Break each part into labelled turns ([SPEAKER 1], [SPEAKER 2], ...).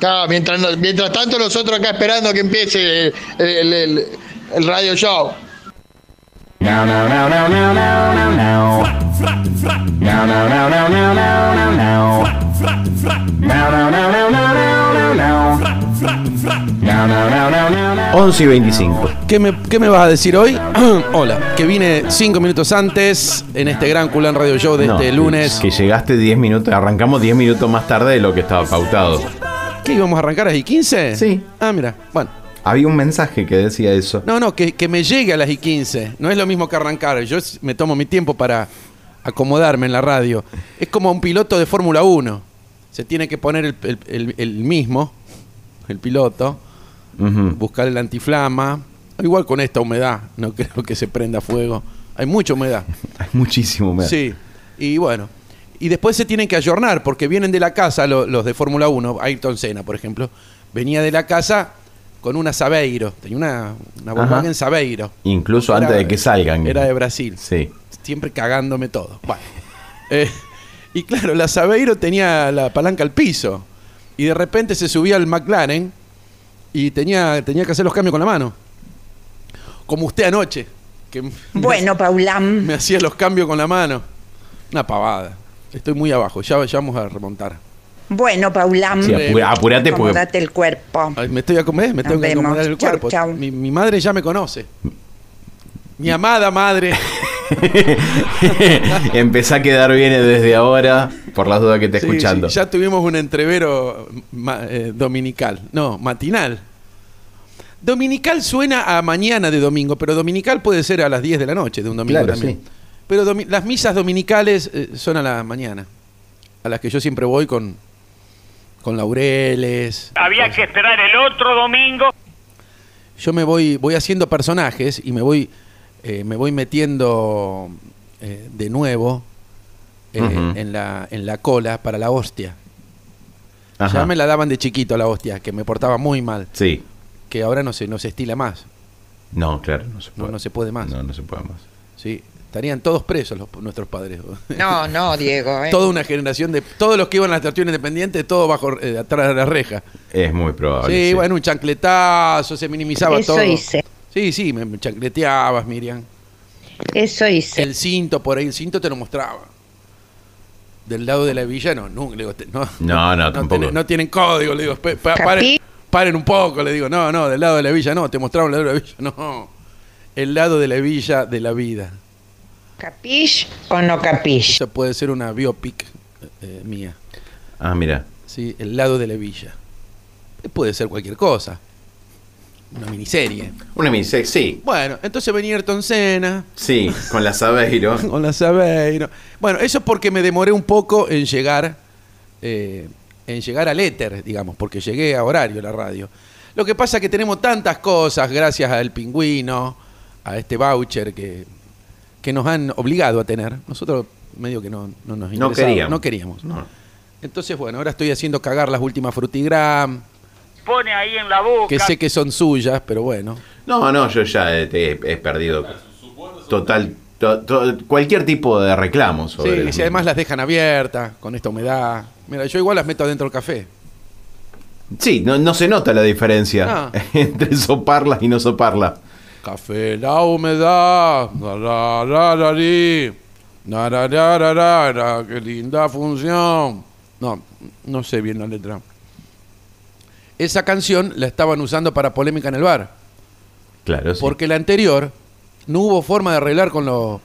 [SPEAKER 1] Claro, mientras, no- mientras tanto nosotros acá esperando que empiece el, el- el- el radio show.
[SPEAKER 2] No, no, no, no, no, no, no, no. No, no, no, no, no, no, no, no. No, no, no, no, no, no, no, no. No, no, no, no, no, no.
[SPEAKER 3] 11 y 25.
[SPEAKER 4] ¿Qué me, qué me vas a decir hoy? Hola, que vine cinco minutos antes en este gran Culán Radio Show de
[SPEAKER 3] No,
[SPEAKER 4] este lunes.
[SPEAKER 3] Que llegaste 10 minutos, arrancamos 10 minutos más tarde de lo que estaba pautado.
[SPEAKER 4] ¿Qué íbamos a arrancar a las y 15?
[SPEAKER 3] Sí.
[SPEAKER 4] Ah, mira, bueno.
[SPEAKER 3] Había un mensaje que decía eso.
[SPEAKER 4] No, no, que, que me llegue a las y 15. No es lo mismo que arrancar. Yo s- me tomo mi tiempo para acomodarme en la radio. Es como un piloto de Fórmula 1. Se tiene que poner el, el- el- el mismo, el piloto,
[SPEAKER 3] Ujú.
[SPEAKER 4] buscar el antiflama. Igual con esta humedad, no creo que se prenda fuego. Hay mucha humedad.
[SPEAKER 3] Hay muchísimo humedad.
[SPEAKER 4] Sí, y bueno. Y después se tienen que ayornar, porque vienen de la casa lo- los de Fórmula 1, Ayrton Senna, por ejemplo, venía de la casa con una Sabeiro, tenía una, una Volkswagen Sabeiro.
[SPEAKER 3] Incluso
[SPEAKER 4] Era-
[SPEAKER 3] antes de que salgan.
[SPEAKER 4] Era de Brasil.
[SPEAKER 3] Sí.
[SPEAKER 4] Siempre cagándome todo. Bueno. Eh, y claro, la Sabeiro tenía la palanca al piso. Y de repente se subía al McLaren y tenía, tenía que hacer los cambios con la mano. Como usted anoche. Que me-
[SPEAKER 5] Bueno, Paulam.
[SPEAKER 4] me hacía los cambios con la mano. Una pavada. Estoy muy abajo, ya, ya vamos a remontar.
[SPEAKER 5] Bueno,
[SPEAKER 4] Mm.
[SPEAKER 5] Paulam.
[SPEAKER 3] Sí, apu- apurate porque
[SPEAKER 5] Acomodate el cuerpo.
[SPEAKER 4] Ay, me estoy acomodando, me
[SPEAKER 5] Nos
[SPEAKER 4] tengo que
[SPEAKER 5] vemos.
[SPEAKER 4] acomodar el
[SPEAKER 5] Chau,
[SPEAKER 4] cuerpo.
[SPEAKER 5] chau.
[SPEAKER 4] Mi, mi madre ya me conoce. Mi amada madre.
[SPEAKER 3] empezá a quedar bien desde ahora por las dudas que te
[SPEAKER 4] Sí,
[SPEAKER 3] escuchando.
[SPEAKER 4] sí, ya tuvimos un entrevero ma- eh, dominical. No, matinal. Dominical suena a mañana de domingo, pero dominical puede ser a las 10 de la noche de un domingo
[SPEAKER 3] Claro,
[SPEAKER 4] también.
[SPEAKER 3] sí.
[SPEAKER 4] Pero domi- las misas dominicales eh, son a la mañana, a las que yo siempre voy con, con laureles.
[SPEAKER 6] Había que esperar el otro domingo.
[SPEAKER 4] yo me voy voy haciendo personajes y me voy eh, me voy metiendo eh, de nuevo eh,
[SPEAKER 3] Ujú.
[SPEAKER 4] en la en la cola para la hostia
[SPEAKER 3] Ajá.
[SPEAKER 4] ya me la daban de chiquito la hostia que me portaba muy mal
[SPEAKER 3] Sí.
[SPEAKER 4] que ahora no se no se estila más
[SPEAKER 3] No, claro, no se
[SPEAKER 4] No,
[SPEAKER 3] puede.
[SPEAKER 4] no se puede más.
[SPEAKER 3] No, no se puede más.
[SPEAKER 4] sí estarían todos presos los- nuestros padres
[SPEAKER 5] No, no, Diego. eh.
[SPEAKER 4] toda una generación de todos los que iban a las tertulias independientes todos bajo eh, atrás de la reja
[SPEAKER 3] Es muy probable.
[SPEAKER 4] sí,
[SPEAKER 3] Ah, sí.
[SPEAKER 4] bueno un chancletazo se minimizaba
[SPEAKER 5] Eso
[SPEAKER 4] todo
[SPEAKER 5] hice.
[SPEAKER 4] sí sí me me chancleteabas Miriam
[SPEAKER 5] Eso hice.
[SPEAKER 4] El cinto, por ahí el cinto te lo mostraba. Del lado de la villa, no, no, le digo, te- no,
[SPEAKER 3] No, no, tampoco.
[SPEAKER 4] tienen- no tienen código, le digo, pe- pa-
[SPEAKER 5] Capí.
[SPEAKER 4] paren, paren un poco, le digo, no, no, del lado de la villa, no, te mostraron el lado de la villa, no. El lado de la villa de la vida.
[SPEAKER 5] ¿Capish o no capish?
[SPEAKER 4] Eso puede ser una biopic eh, eh, mía,
[SPEAKER 3] Ah, mira.
[SPEAKER 4] ¿sí? El lado de la villa. Eh, Puede ser cualquier cosa. Una miniserie.
[SPEAKER 3] Una miniserie, sí.
[SPEAKER 4] Bueno, entonces venía Ayrton Senna,
[SPEAKER 3] Sí, con la Sabeiro.
[SPEAKER 4] con la Sabeiro. Bueno, eso es porque me demoré un poco en llegar, eh, en llegar al éter, digamos, porque llegué a horario a la radio. Lo que pasa es que tenemos tantas cosas, gracias al pingüino, a este voucher que, que nos han obligado a tener. Nosotros medio que no, no nos
[SPEAKER 3] No
[SPEAKER 4] interesaba,
[SPEAKER 3] queríamos.
[SPEAKER 4] No queríamos.
[SPEAKER 3] No.
[SPEAKER 4] Entonces, bueno, ahora estoy haciendo cagar las últimas frutigram,
[SPEAKER 6] Pone ahí en la boca.
[SPEAKER 4] que sé que son suyas, pero bueno.
[SPEAKER 3] No, no, yo ya eh, te he, he perdido total to- to- cualquier tipo de reclamo
[SPEAKER 4] Sí,
[SPEAKER 3] sobre.
[SPEAKER 4] y además las dejan abiertas con esta humedad. Mira, yo igual las meto adentro del café.
[SPEAKER 3] Sí, no, no se nota la diferencia
[SPEAKER 4] Ah.
[SPEAKER 3] entre soparlas y no soparlas.
[SPEAKER 4] Café, la humedad, la, la, la, la, li. Na, ra, ra, ra, ra, ra, qué linda función. No, no sé bien la letra. Esa canción la estaban usando para polémica en el bar,
[SPEAKER 3] Claro, sí.
[SPEAKER 4] porque la anterior no hubo forma de arreglar con los,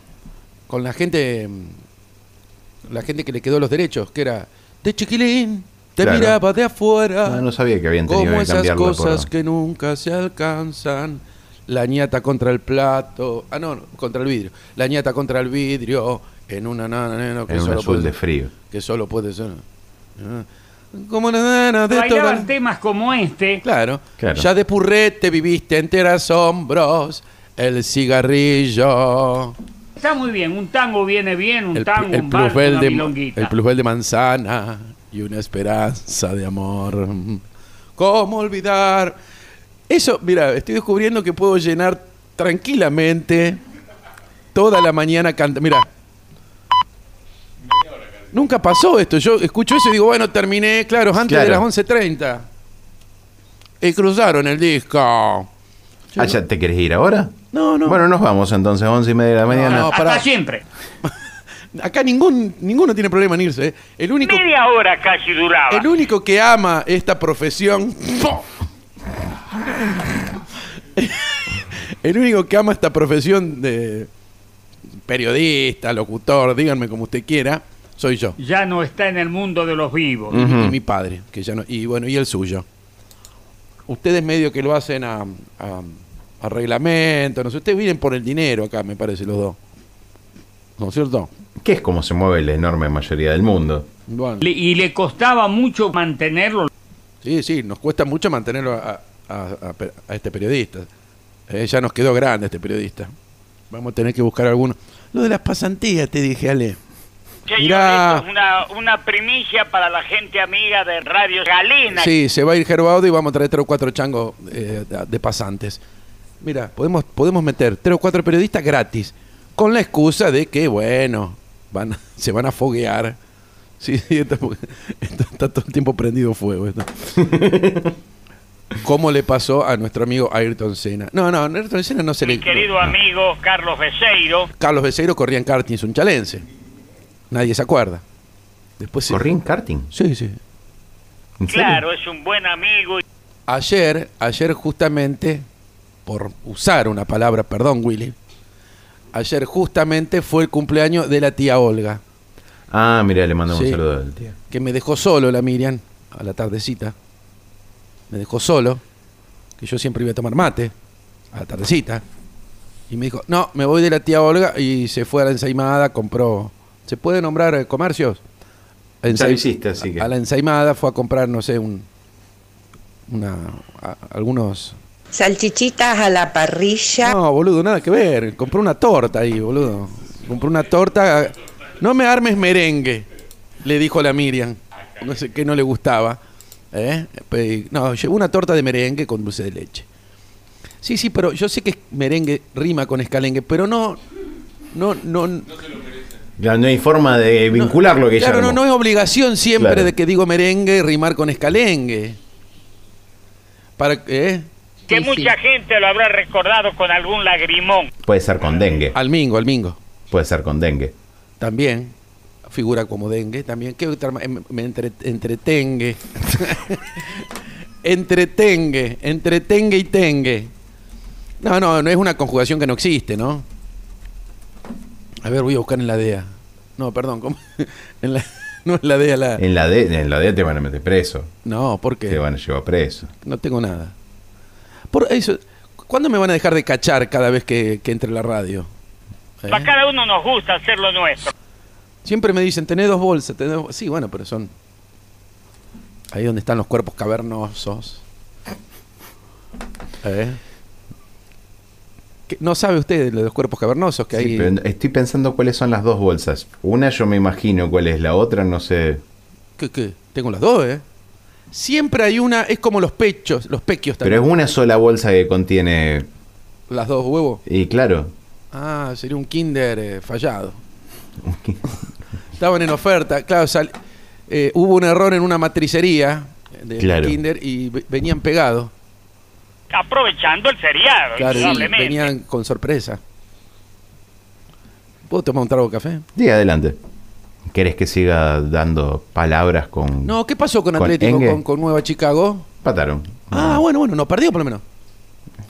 [SPEAKER 4] con la gente, mm, la gente que le quedó los derechos, que era de chiquilín, te
[SPEAKER 3] Claro.
[SPEAKER 4] miraba de afuera.
[SPEAKER 3] No, no sabía que habían tenido
[SPEAKER 4] Como
[SPEAKER 3] que
[SPEAKER 4] esas
[SPEAKER 3] cambiarla
[SPEAKER 4] cosas
[SPEAKER 3] por-
[SPEAKER 4] que nunca se alcanzan. La ñata contra el plato. Ah, no, no, contra el vidrio. La ñata contra el vidrio. En una nana, nena, que,
[SPEAKER 3] en un
[SPEAKER 4] solo
[SPEAKER 3] azul
[SPEAKER 4] puede,
[SPEAKER 3] de frío.
[SPEAKER 4] que solo puede ser. Ah. Como las nanas de estos
[SPEAKER 6] Bailaban
[SPEAKER 4] bar-
[SPEAKER 6] temas como este.
[SPEAKER 4] Claro.
[SPEAKER 3] Claro.
[SPEAKER 4] Ya de purrete viviste entera asombros. El cigarrillo.
[SPEAKER 6] Está muy bien. Un tango viene bien, un
[SPEAKER 4] El,
[SPEAKER 6] tango,
[SPEAKER 4] plu- el
[SPEAKER 6] un vals,
[SPEAKER 4] plusbel
[SPEAKER 6] una
[SPEAKER 4] de,
[SPEAKER 6] milonguita.
[SPEAKER 4] el plusbel de manzana y una esperanza de amor. ¿Cómo olvidar? Eso, mira, estoy descubriendo que puedo llenar tranquilamente toda la mañana cantando. Mira. Nunca pasó esto. Yo escucho eso y digo, bueno, terminé, claro, antes
[SPEAKER 3] Claro.
[SPEAKER 4] de las 11.30. y Eh, cruzaron el disco.
[SPEAKER 3] Ah, ¿ya te querés ir ahora?
[SPEAKER 4] No, no.
[SPEAKER 3] Bueno, nos vamos entonces, once y media de la mañana.
[SPEAKER 4] no,
[SPEAKER 6] Hasta
[SPEAKER 4] pará.
[SPEAKER 6] siempre.
[SPEAKER 4] Acá ningún, ninguno tiene problema en irse. ¿eh? El único,
[SPEAKER 6] Media hora casi duraba.
[SPEAKER 4] el único que ama esta profesión. El único que ama esta profesión de periodista, locutor, díganme como usted quiera, soy yo.
[SPEAKER 6] Ya no está en el mundo de los
[SPEAKER 7] Mm.
[SPEAKER 6] vivos.
[SPEAKER 4] y mi- y mi padre, que ya no, y bueno, y el suyo. Ustedes medio que lo hacen a, a- a reglamento, no sé, ustedes vienen por el dinero acá, me parece, los dos. ¿No es cierto?
[SPEAKER 3] Que es como se mueve la enorme mayoría del mundo.
[SPEAKER 4] Bueno,
[SPEAKER 6] Le- y le costaba mucho mantenerlo.
[SPEAKER 4] sí, sí, nos cuesta mucho mantenerlo a, a- a- a este periodista. Eh, ya nos quedó grande este periodista. Vamos a tener que buscar alguno. Lo de las pasantías, te dije, Ale.
[SPEAKER 7] Señor,
[SPEAKER 4] Mirá.
[SPEAKER 7] esto es una, una primicia para la gente amiga de Radio Galena.
[SPEAKER 4] Sí, se va a ir Gerbaudo y vamos a traer tres o cuatro changos eh, de pasantes. Mira, podemos, podemos meter tres o cuatro periodistas gratis, con la excusa de que, bueno, van, a- se van a foguear. Sí, sí, esto- esto está todo el tiempo prendido fuego. Esto. ¿Cómo le pasó a nuestro amigo Ayrton Senna? No, no, a Ayrton Senna no se
[SPEAKER 7] Mi
[SPEAKER 4] le...
[SPEAKER 7] querido
[SPEAKER 6] Ah.
[SPEAKER 7] amigo Carlos Beseiro,
[SPEAKER 4] Carlos Beseiro corría en karting, es un chalense. Nadie se acuerda. Después se-
[SPEAKER 3] ¿Corrí en karting?
[SPEAKER 4] Sí, sí.
[SPEAKER 3] ¿En serio?
[SPEAKER 7] claro, es un buen amigo y
[SPEAKER 4] Ayer, ayer justamente, por usar una palabra, perdón Willy, ayer justamente fue el cumpleaños de la tía Olga,
[SPEAKER 3] Ah, mira, le mandamos
[SPEAKER 4] Sí.
[SPEAKER 3] un saludo al tío.
[SPEAKER 4] que me dejó solo la Miriam a la tardecita. Me dejó solo, que yo siempre iba a tomar mate a la tardecita. Y me dijo, no, me voy de la tía Olga y se fue a la ensaimada, compró... ¿Se puede nombrar eh, comercios?
[SPEAKER 3] Ya
[SPEAKER 4] Ensai-
[SPEAKER 3] lo hiciste, así que.
[SPEAKER 4] A la ensaimada fue a comprar, no sé, un... Una, a- algunos
[SPEAKER 5] Salchichitas a la parrilla.
[SPEAKER 4] No, boludo, nada que ver. Compré una torta ahí, boludo. Compré una torta. No me armes merengue, le dijo la Miriam. No sé qué no le gustaba. ¿Eh? Pe- No, llevó una torta de merengue con dulce de leche. Sí, sí, pero yo sé que merengue rima con escalengue, pero no. No, no. no-
[SPEAKER 3] Ya no hay forma de vincular lo que ella
[SPEAKER 4] claro, no,
[SPEAKER 3] armó.
[SPEAKER 4] no es obligación siempre
[SPEAKER 3] Claro.
[SPEAKER 4] de que digo merengue rimar con escalengue. Para, ¿eh?
[SPEAKER 7] que
[SPEAKER 5] Sí,
[SPEAKER 7] mucha gente lo habrá recordado con algún lagrimón.
[SPEAKER 3] Puede ser con dengue.
[SPEAKER 4] Al mingo, al mingo.
[SPEAKER 3] Puede ser con dengue.
[SPEAKER 4] También. Figura como dengue también. ¿Qué otra ma- em- me entre- entretengue? entretengue, entretengue y tengue. No, no, no es una conjugación que no existe, ¿no? A ver, voy a buscar en la DEA. No, perdón, ¿cómo? En la- no es la DEA la...
[SPEAKER 3] En la D, en la D te van a meter preso.
[SPEAKER 4] No, ¿por qué?
[SPEAKER 3] Te Eh, van a llevar preso.
[SPEAKER 4] No tengo nada. Por eso, ¿Cuándo me van a dejar de cachar cada vez que, que entre la radio? ¿Eh?
[SPEAKER 7] A cada uno nos gusta hacer lo nuestro.
[SPEAKER 4] Siempre me dicen, tenés dos bolsas, tenés dos bol-". Sí, bueno, pero son... Ahí donde están los cuerpos cavernosos. ¿Eh? ¿Qué- ¿No sabe usted de los cuerpos cavernosos que
[SPEAKER 3] Sí,
[SPEAKER 4] hay?
[SPEAKER 3] pero estoy pensando cuáles son las dos bolsas. Una yo me imagino cuál es, la otra no sé.
[SPEAKER 4] ¿Qué- qué? Tengo las dos, ¿eh? Siempre hay una, es como los pechos, los pequios
[SPEAKER 3] Pero
[SPEAKER 4] también.
[SPEAKER 3] es una sola bolsa que contiene.
[SPEAKER 4] Las dos huevos.
[SPEAKER 3] Y claro.
[SPEAKER 4] Ah, sería un kinder eh, fallado. Estaban en oferta, claro, sal- eh, hubo un error en una matricería de
[SPEAKER 3] Claro.
[SPEAKER 4] kinder y ve- venían pegados.
[SPEAKER 7] Aprovechando el feriado,
[SPEAKER 4] Claro, y
[SPEAKER 7] indudablemente.
[SPEAKER 4] venían con sorpresa. ¿Puedo tomar un trago de café?
[SPEAKER 3] Sí, adelante. ¿Querés que siga dando palabras con.
[SPEAKER 4] No, ¿qué pasó con
[SPEAKER 3] ¿Con
[SPEAKER 4] Atlético,
[SPEAKER 3] Enge?
[SPEAKER 4] con, con Nueva Chicago?
[SPEAKER 3] Pataron.
[SPEAKER 4] Ah, bueno, bueno, no perdió por lo menos.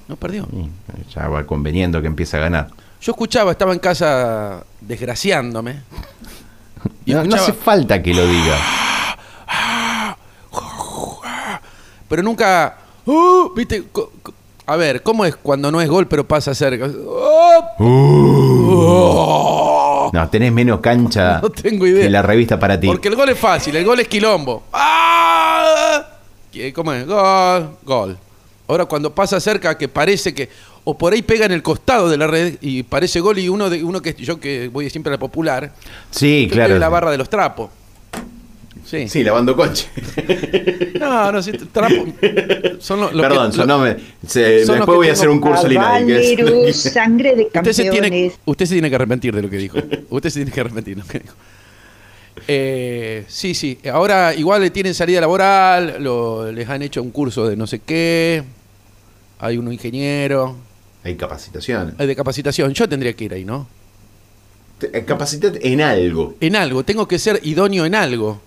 [SPEAKER 4] No perdió.
[SPEAKER 3] Y Ya va conveniendo que empiece a ganar.
[SPEAKER 4] Yo escuchaba, estaba en casa desgraciándome. Y
[SPEAKER 3] No, no
[SPEAKER 4] escuchaba-
[SPEAKER 3] hace falta que lo diga.
[SPEAKER 4] Pero nunca. ¡Uh! ¿Viste? Co- co- A ver, ¿cómo es cuando no es gol pero pasa cerca? ¡Oh! ¡Oh!
[SPEAKER 3] No, tenés menos cancha
[SPEAKER 4] No tengo idea.
[SPEAKER 3] que Ah, la revista para ti.
[SPEAKER 4] Porque el gol es fácil, el gol es quilombo. ¡Ah! ¿Qué- ¿Cómo es? Gol, gol. Ahora cuando pasa cerca que parece que. O por ahí pega en el costado de la red y parece gol y uno de uno que yo que voy siempre a la popular.
[SPEAKER 3] Sí,
[SPEAKER 4] que
[SPEAKER 3] claro.
[SPEAKER 4] tiene la barra de los trapos. Sí.
[SPEAKER 3] Sí, lavando coche.
[SPEAKER 4] No, no, sí, trapo. Son los los que-
[SPEAKER 3] Perdón,
[SPEAKER 4] lo-
[SPEAKER 3] son nombres- se-
[SPEAKER 4] son los que
[SPEAKER 3] después voy a
[SPEAKER 4] tengo
[SPEAKER 3] hacer un curso Linadi, que es-
[SPEAKER 5] Caballeros, sangre de
[SPEAKER 4] Usted se, tiene,
[SPEAKER 5] campeones.
[SPEAKER 4] usted se tiene que arrepentir de lo que dijo. Usted se tiene que arrepentir de lo que dijo. Eh, sí, sí. Ahora igual le tienen salida laboral, lo- les han hecho un curso de no sé qué. Hay un ingeniero.
[SPEAKER 3] Hay capacitación.
[SPEAKER 4] Hay de capacitación. Yo tendría que ir ahí, ¿no?
[SPEAKER 3] Te- eh, Capacitate en algo.
[SPEAKER 4] En algo. Tengo que ser idóneo en algo.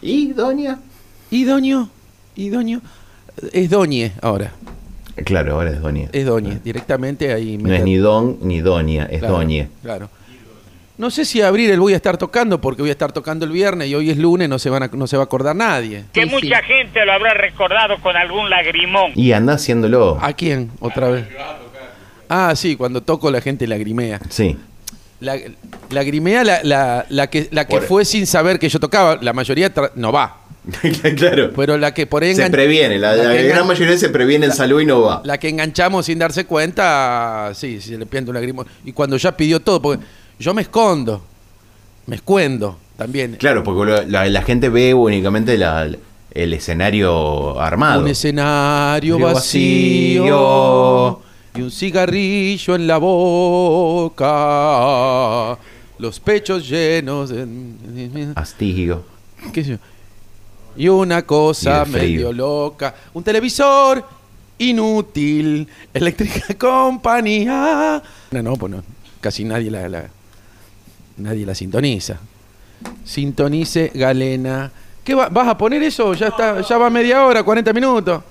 [SPEAKER 3] ¿Y, doña?
[SPEAKER 4] ¿Idóneo? ¿Idóneo? Es doñe ahora.
[SPEAKER 3] Eh, Claro, ahora es doña.
[SPEAKER 4] Es doñe. Directamente ahí.
[SPEAKER 3] No es ni don ni doña, es
[SPEAKER 4] Claro,
[SPEAKER 3] doña.
[SPEAKER 4] Claro. No sé si abrir el voy a estar tocando, porque voy a estar tocando el viernes y hoy es lunes, no se, van a- no se va a acordar nadie.
[SPEAKER 7] Que
[SPEAKER 6] Sí, sí.
[SPEAKER 7] mucha gente lo habrá recordado con algún lagrimón.
[SPEAKER 3] Y anda haciéndolo.
[SPEAKER 4] ¿A quién? Otra vez. Ah, sí, cuando toco la gente lagrimea.
[SPEAKER 3] Sí.
[SPEAKER 4] La, lagrimea la, la- la que, la que
[SPEAKER 3] Por-
[SPEAKER 4] fue sin saber que yo tocaba. La mayoría tra- no va.
[SPEAKER 3] claro.
[SPEAKER 4] Pero la que por ahí
[SPEAKER 3] se
[SPEAKER 4] engan-
[SPEAKER 3] previene, la, la
[SPEAKER 4] que engan-
[SPEAKER 3] gran mayoría se previene en salud y no va.
[SPEAKER 4] Pues, La que enganchamos sin darse cuenta, sí, se le pierde un lagrimón. Y cuando ya pidió todo, porque yo me escondo, me escuendo también.
[SPEAKER 3] Claro, porque lo- la, la gente ve únicamente la- el escenario armado.
[SPEAKER 4] Un escenario
[SPEAKER 3] Escenario
[SPEAKER 4] vacío
[SPEAKER 3] vacío.
[SPEAKER 4] y un cigarrillo en la boca. Los pechos llenos de...
[SPEAKER 3] Astigio.
[SPEAKER 4] ¿Qué sé yo? Y una
[SPEAKER 3] Y
[SPEAKER 4] cosa
[SPEAKER 3] el frío.
[SPEAKER 4] medio loca. Un televisor inútil. Eléctrica compañía. No, no, pues no. Casi nadie la, la- nadie la sintoniza. Sintonice Galena. ¿Qué va- vas a poner eso? Ya está, ya va media hora, 40 minutos.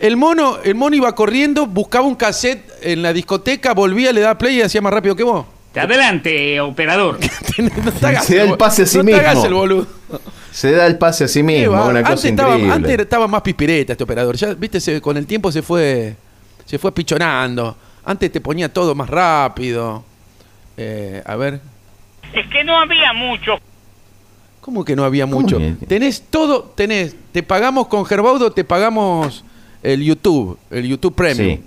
[SPEAKER 4] El mono, el mono iba corriendo, buscaba un cassette en la discoteca, volvía, le daba play y hacía más rápido que vos.
[SPEAKER 6] Adelante, operador.
[SPEAKER 4] no te hagas
[SPEAKER 3] Se da el
[SPEAKER 4] bo-
[SPEAKER 3] pase a sí
[SPEAKER 4] no te hagas
[SPEAKER 3] mismo.
[SPEAKER 4] el boludo.
[SPEAKER 3] Se da el pase a sí
[SPEAKER 4] Qué
[SPEAKER 3] mismo,
[SPEAKER 4] va-
[SPEAKER 3] una
[SPEAKER 4] antes,
[SPEAKER 3] cosa
[SPEAKER 4] estaba,
[SPEAKER 3] increíble.
[SPEAKER 4] antes estaba más pispireta este operador. Ya, viste, se- con el tiempo se fue, se fue pichonando. Antes te ponía todo más rápido. Eh, a ver,
[SPEAKER 7] Es que no había mucho.
[SPEAKER 4] ¿cómo que no había
[SPEAKER 3] ¿Cómo
[SPEAKER 4] mucho?
[SPEAKER 3] que?
[SPEAKER 4] Tenés todo, tenés, te pagamos con Gerbaudo, te pagamos el YouTube, el YouTube Premium.
[SPEAKER 3] Sí.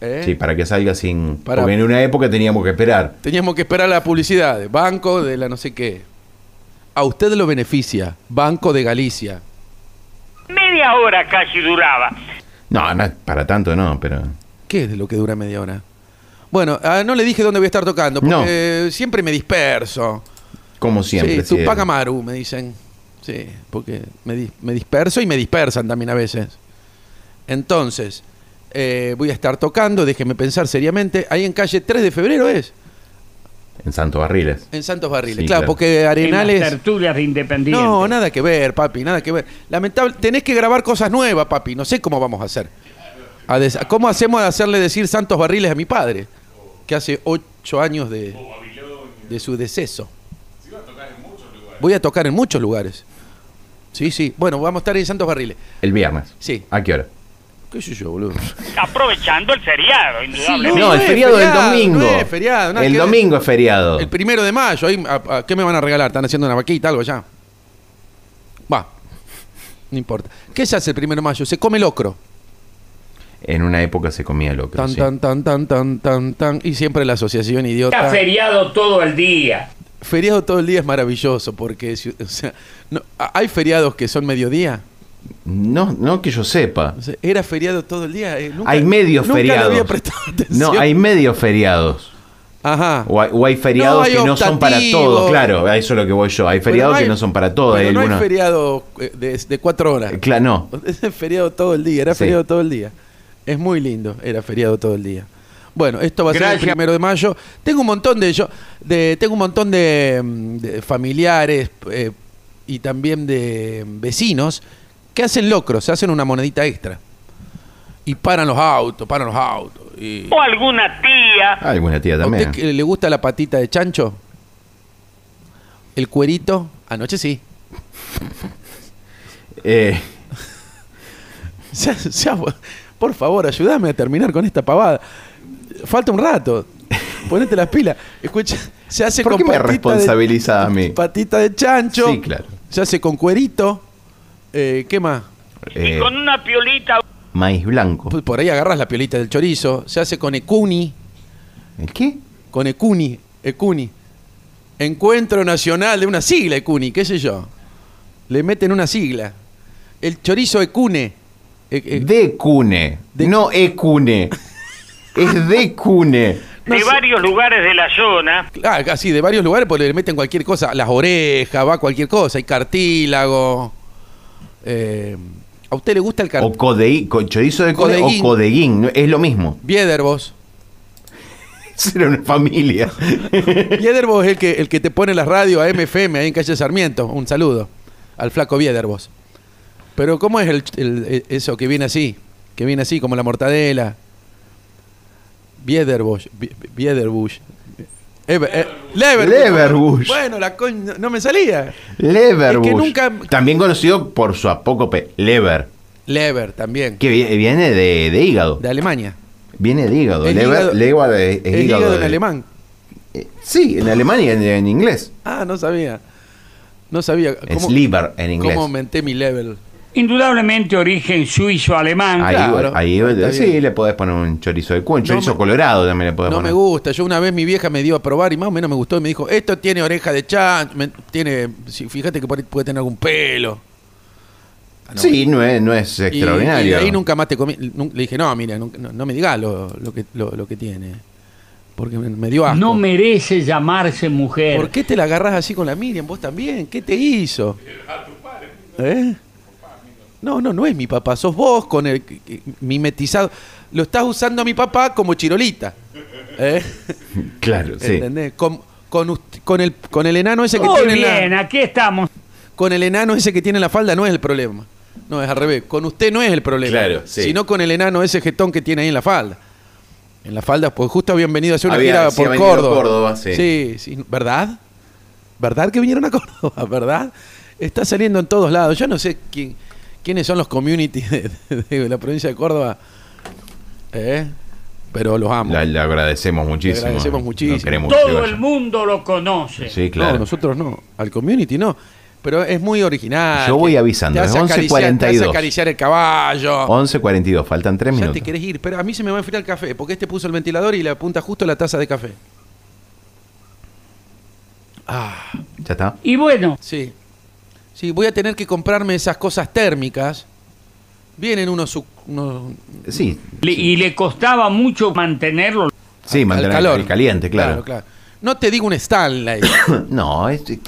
[SPEAKER 4] ¿Eh?
[SPEAKER 3] Sí, para que salga sin.
[SPEAKER 4] Para-
[SPEAKER 3] Porque en una época teníamos que esperar.
[SPEAKER 4] Teníamos que esperar la publicidad, de banco de la no sé qué. A usted lo beneficia, Banco de Galicia.
[SPEAKER 7] Media hora casi duraba.
[SPEAKER 3] No, no, para tanto no, pero.
[SPEAKER 4] ¿Qué es lo que dura media hora? Bueno, ah, no le dije dónde voy a estar tocando, porque siempre me disperso.
[SPEAKER 3] Como siempre.
[SPEAKER 4] sí, Tupac
[SPEAKER 3] sí.
[SPEAKER 4] Amaru, me dicen. Sí, porque me, dis- me disperso y me dispersan también a veces. Entonces, eh, voy a estar tocando, déjeme pensar seriamente. Ahí en calle 3 de febrero es,
[SPEAKER 3] En Santo Barriles.
[SPEAKER 4] en Santos Barriles.
[SPEAKER 3] Sí,
[SPEAKER 4] claro,
[SPEAKER 3] claro.
[SPEAKER 4] porque
[SPEAKER 6] En las
[SPEAKER 4] Arenales.
[SPEAKER 6] tertulias de Independiente.
[SPEAKER 4] No, nada que ver, papi, nada que ver. Lamentable, tenés que grabar cosas nuevas, papi. No sé cómo vamos a hacer. A des- ¿Cómo hacemos de hacerle decir Santos Barriles a mi padre? Que hace ocho años de, de su deceso. Voy a tocar en muchos lugares. Sí, sí. Bueno, vamos a estar en Santos Barriles.
[SPEAKER 3] El viernes.
[SPEAKER 4] Sí.
[SPEAKER 3] ¿A qué hora?
[SPEAKER 4] ¿Qué sé yo, boludo?
[SPEAKER 7] Aprovechando el feriado,
[SPEAKER 4] No,
[SPEAKER 7] indudablemente.
[SPEAKER 3] No, el
[SPEAKER 4] es
[SPEAKER 3] feriado del
[SPEAKER 4] feriado,
[SPEAKER 3] domingo.
[SPEAKER 4] no es feriado, nada
[SPEAKER 3] el
[SPEAKER 4] que ver.
[SPEAKER 3] domingo es feriado.
[SPEAKER 4] El primero de mayo. Ahí, a- a- ¿Qué me van a regalar? ¿Están haciendo una vaquita, algo ya? Va. No importa. ¿Qué se hace el primero de mayo? Se come locro.
[SPEAKER 3] En una época se comía locro.
[SPEAKER 4] Tan,
[SPEAKER 3] sí.
[SPEAKER 4] tan, tan, tan, tan, tan, tan. Y siempre la asociación
[SPEAKER 7] Está
[SPEAKER 4] idiota.
[SPEAKER 7] feriado todo el día.
[SPEAKER 4] Feriado todo el día es maravilloso porque, si- o sea, no- a- hay feriados que son mediodía.
[SPEAKER 3] No, no que yo sepa.
[SPEAKER 4] O sea, era feriado todo el día. eh, nunca-
[SPEAKER 3] hay medios
[SPEAKER 4] nunca le
[SPEAKER 3] feriados.
[SPEAKER 4] había prestado atención.
[SPEAKER 3] No, hay medios feriados.
[SPEAKER 4] Ajá.
[SPEAKER 3] O hay, o hay feriados
[SPEAKER 4] No, hay
[SPEAKER 3] que no son para
[SPEAKER 4] optativos.
[SPEAKER 3] todos. Claro, a eso es lo que voy yo. Hay
[SPEAKER 4] Pero
[SPEAKER 3] feriados
[SPEAKER 4] hay-
[SPEAKER 3] que no son para todos.
[SPEAKER 4] pero
[SPEAKER 3] hay
[SPEAKER 4] no hay
[SPEAKER 3] algunos-
[SPEAKER 4] feriado eh, de, de cuatro horas.
[SPEAKER 3] Eh, Claro, no.
[SPEAKER 4] Es feriado todo el día. Era
[SPEAKER 3] Sí.
[SPEAKER 4] feriado todo el día. Es muy lindo. Era feriado todo el día. Bueno, esto va a ser el
[SPEAKER 6] Gracias.
[SPEAKER 4] primero de mayo. Tengo un montón de yo, de, tengo un montón de, mm, de familiares eh, y también de mm, vecinos que hacen locro, se hacen una monedita extra y paran los autos, paran los autos. Y,
[SPEAKER 7] O alguna tía.
[SPEAKER 3] Ah, alguna tía
[SPEAKER 4] ¿A
[SPEAKER 3] también.
[SPEAKER 4] usted que le gusta la patita de chancho? El cuerito, anoche sí.
[SPEAKER 3] Eh,
[SPEAKER 4] Ya- ya, por favor, ayúdame a terminar con esta pavada. Falta un rato. Ponete las pilas. Escucha, se hace
[SPEAKER 3] ¿Por
[SPEAKER 4] con
[SPEAKER 3] qué me
[SPEAKER 4] patita de-
[SPEAKER 3] responsabilizás a mí?
[SPEAKER 4] Patita de chancho.
[SPEAKER 3] Sí, claro.
[SPEAKER 4] Se hace con cuerito. Eh, ¿Qué más?
[SPEAKER 3] eh,
[SPEAKER 7] Y con una piolita.
[SPEAKER 3] maíz blanco.
[SPEAKER 4] Pues Por ahí agarras la piolita del chorizo. Se hace con ecuni.
[SPEAKER 3] ¿El qué?
[SPEAKER 4] Con ecuni. Ecuni. Encuentro Nacional de una sigla ecuni. ¿Qué sé yo? Le meten una sigla. El chorizo ecune. E- e-
[SPEAKER 3] de cune.
[SPEAKER 4] de-
[SPEAKER 3] No ecune. es de cune.
[SPEAKER 4] No
[SPEAKER 7] de
[SPEAKER 4] sé.
[SPEAKER 7] varios lugares de la zona.
[SPEAKER 4] Ah, casi de varios lugares, porque le meten cualquier cosa, las orejas, va cualquier cosa, hay cartílago. Eh, ¿A usted le gusta el
[SPEAKER 3] O
[SPEAKER 4] cartílago?
[SPEAKER 3] codeí, con chorizo de code
[SPEAKER 4] Codeguín.
[SPEAKER 3] o codeguín, no- es lo mismo.
[SPEAKER 4] Biederbos.
[SPEAKER 3] Esa era una familia.
[SPEAKER 4] Biederbos es el que, el que te pone la radio a MFM ahí en calle Sarmiento. Un saludo al flaco Biederbos. Pero ¿cómo es el, el- e, eso que viene así? Que viene así, como la mortadela. Biederbos. Bi- Biederbush. Ever- eh, Leverbush.
[SPEAKER 3] Leverbush.
[SPEAKER 4] Bueno, la coña, no me salía.
[SPEAKER 3] Leverbush.
[SPEAKER 4] Es que nunca-
[SPEAKER 3] También conocido por su apócope, Lever,
[SPEAKER 4] Lever también,
[SPEAKER 3] que vi- viene de, de hígado.
[SPEAKER 4] de Alemania.
[SPEAKER 3] Viene de hígado.
[SPEAKER 4] El
[SPEAKER 3] Lever,
[SPEAKER 4] hígado-
[SPEAKER 3] lever es, es
[SPEAKER 4] El hígado, en
[SPEAKER 3] de-
[SPEAKER 4] alemán.
[SPEAKER 3] Eh, Sí, en alemán y en, en inglés.
[SPEAKER 4] Ah, no sabía. No sabía.
[SPEAKER 3] Es liver en inglés.
[SPEAKER 4] Ah, ¿Cómo aumenté mi level?
[SPEAKER 6] Indudablemente origen suizo-alemán.
[SPEAKER 3] Ahí,
[SPEAKER 4] Claro,
[SPEAKER 3] ahí-
[SPEAKER 4] está
[SPEAKER 3] sí,
[SPEAKER 4] bien.
[SPEAKER 3] le podés poner un chorizo de cuello, un
[SPEAKER 4] No
[SPEAKER 3] chorizo
[SPEAKER 4] me-
[SPEAKER 3] colorado también le podés
[SPEAKER 4] No me
[SPEAKER 3] poner.
[SPEAKER 4] gusta. Yo una vez mi vieja me dio a probar y más o menos me gustó y me dijo, esto tiene oreja de chan, me- tiene, si- fíjate que por ahí puede tener algún pelo. Ah, no,
[SPEAKER 3] sí, no es, no es
[SPEAKER 4] y-
[SPEAKER 3] extraordinario.
[SPEAKER 4] Y, de ahí nunca más te comí. nun- Le dije, no, mira, nunca- no, no me digas lo, lo que, lo, lo que tiene. Porque me, me dio asco.
[SPEAKER 6] No merece llamarse mujer.
[SPEAKER 4] ¿Por qué te la agarras así con la Miriam? ¿Vos también? ¿Qué te hizo? ¿Eh? No, no, no es mi papá. Sos vos con el que- que- mimetizado. Lo estás usando a mi papá como chirolita. ¿Eh?
[SPEAKER 3] Claro, sí.
[SPEAKER 4] ¿Entendés? Con, con, ust- con el, con el enano ese que
[SPEAKER 6] Muy
[SPEAKER 4] tiene en la-
[SPEAKER 6] bien, aquí estamos.
[SPEAKER 4] con el enano ese que tiene en la falda no es el problema. No, es al revés. Con usted no es el problema.
[SPEAKER 3] Claro, sí.
[SPEAKER 4] Sino con el enano ese jetón que tiene ahí en la falda. En la falda, pues justo habían venido a hacer una
[SPEAKER 3] Había-
[SPEAKER 4] gira
[SPEAKER 3] sí,
[SPEAKER 4] por
[SPEAKER 3] habían ido a
[SPEAKER 4] Córdoba.
[SPEAKER 3] Córdoba, sí.
[SPEAKER 4] sí, sí, ¿verdad? ¿Verdad que vinieron a Córdoba? ¿Verdad? Está saliendo en todos lados. Yo no sé quién, quiénes son los communities de, de- de la provincia de Córdoba. ¿Eh? Pero los amo.
[SPEAKER 3] La- le agradecemos muchísimo.
[SPEAKER 4] Le agradecemos muchísimo.
[SPEAKER 3] No queremos que
[SPEAKER 6] Todo
[SPEAKER 3] vaya.
[SPEAKER 6] el mundo lo conoce.
[SPEAKER 3] Sí, claro.
[SPEAKER 4] No, nosotros no. Al community no. Pero es muy original.
[SPEAKER 3] Yo voy avisando,
[SPEAKER 4] Te hace
[SPEAKER 3] es
[SPEAKER 4] acariciar-
[SPEAKER 3] 11:42.
[SPEAKER 4] Te hace acariciar el caballo.
[SPEAKER 3] 11.42, faltan 3
[SPEAKER 4] ya
[SPEAKER 3] minutos.
[SPEAKER 4] te querés ir. Pero a mí se me va a enfriar el café. Porque este puso el ventilador y le apunta justo la taza de café. Ah,
[SPEAKER 3] ¿Ya está?
[SPEAKER 6] Y bueno,
[SPEAKER 4] sí. Sí, voy a tener que comprarme esas cosas térmicas. Vienen unos... su- unos-
[SPEAKER 3] Sí,
[SPEAKER 6] le- y le costaba mucho mantenerlo.
[SPEAKER 3] sí,
[SPEAKER 4] al-
[SPEAKER 3] mantener
[SPEAKER 4] al calor.
[SPEAKER 3] el caliente, claro.
[SPEAKER 4] No te digo un Stanley.
[SPEAKER 3] No, es, es-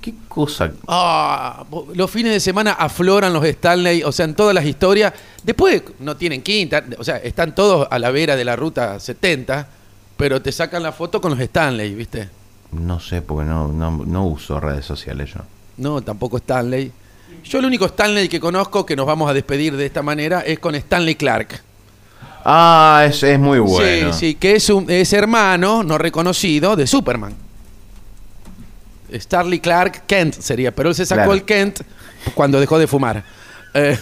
[SPEAKER 3] ¿qué cosa?
[SPEAKER 4] Ah, bo- los fines de semana afloran los Stanley, o sea, en todas las historias. Después no tienen quinta, o sea, están todos a la vera de la ruta 70, pero te sacan la foto con los Stanley, ¿viste?
[SPEAKER 3] No sé, porque no, no, no uso redes sociales yo.
[SPEAKER 4] No, tampoco Stanley. Yo el único Stanley que conozco que nos vamos a despedir de esta manera es con Stanley Clark.
[SPEAKER 3] Ah, es, es muy bueno.
[SPEAKER 4] Sí, sí, que es, un, es hermano no reconocido de Superman. Starley Clark Kent sería, pero él se sacó
[SPEAKER 3] Claro.
[SPEAKER 4] el Kent cuando dejó de fumar. Eh,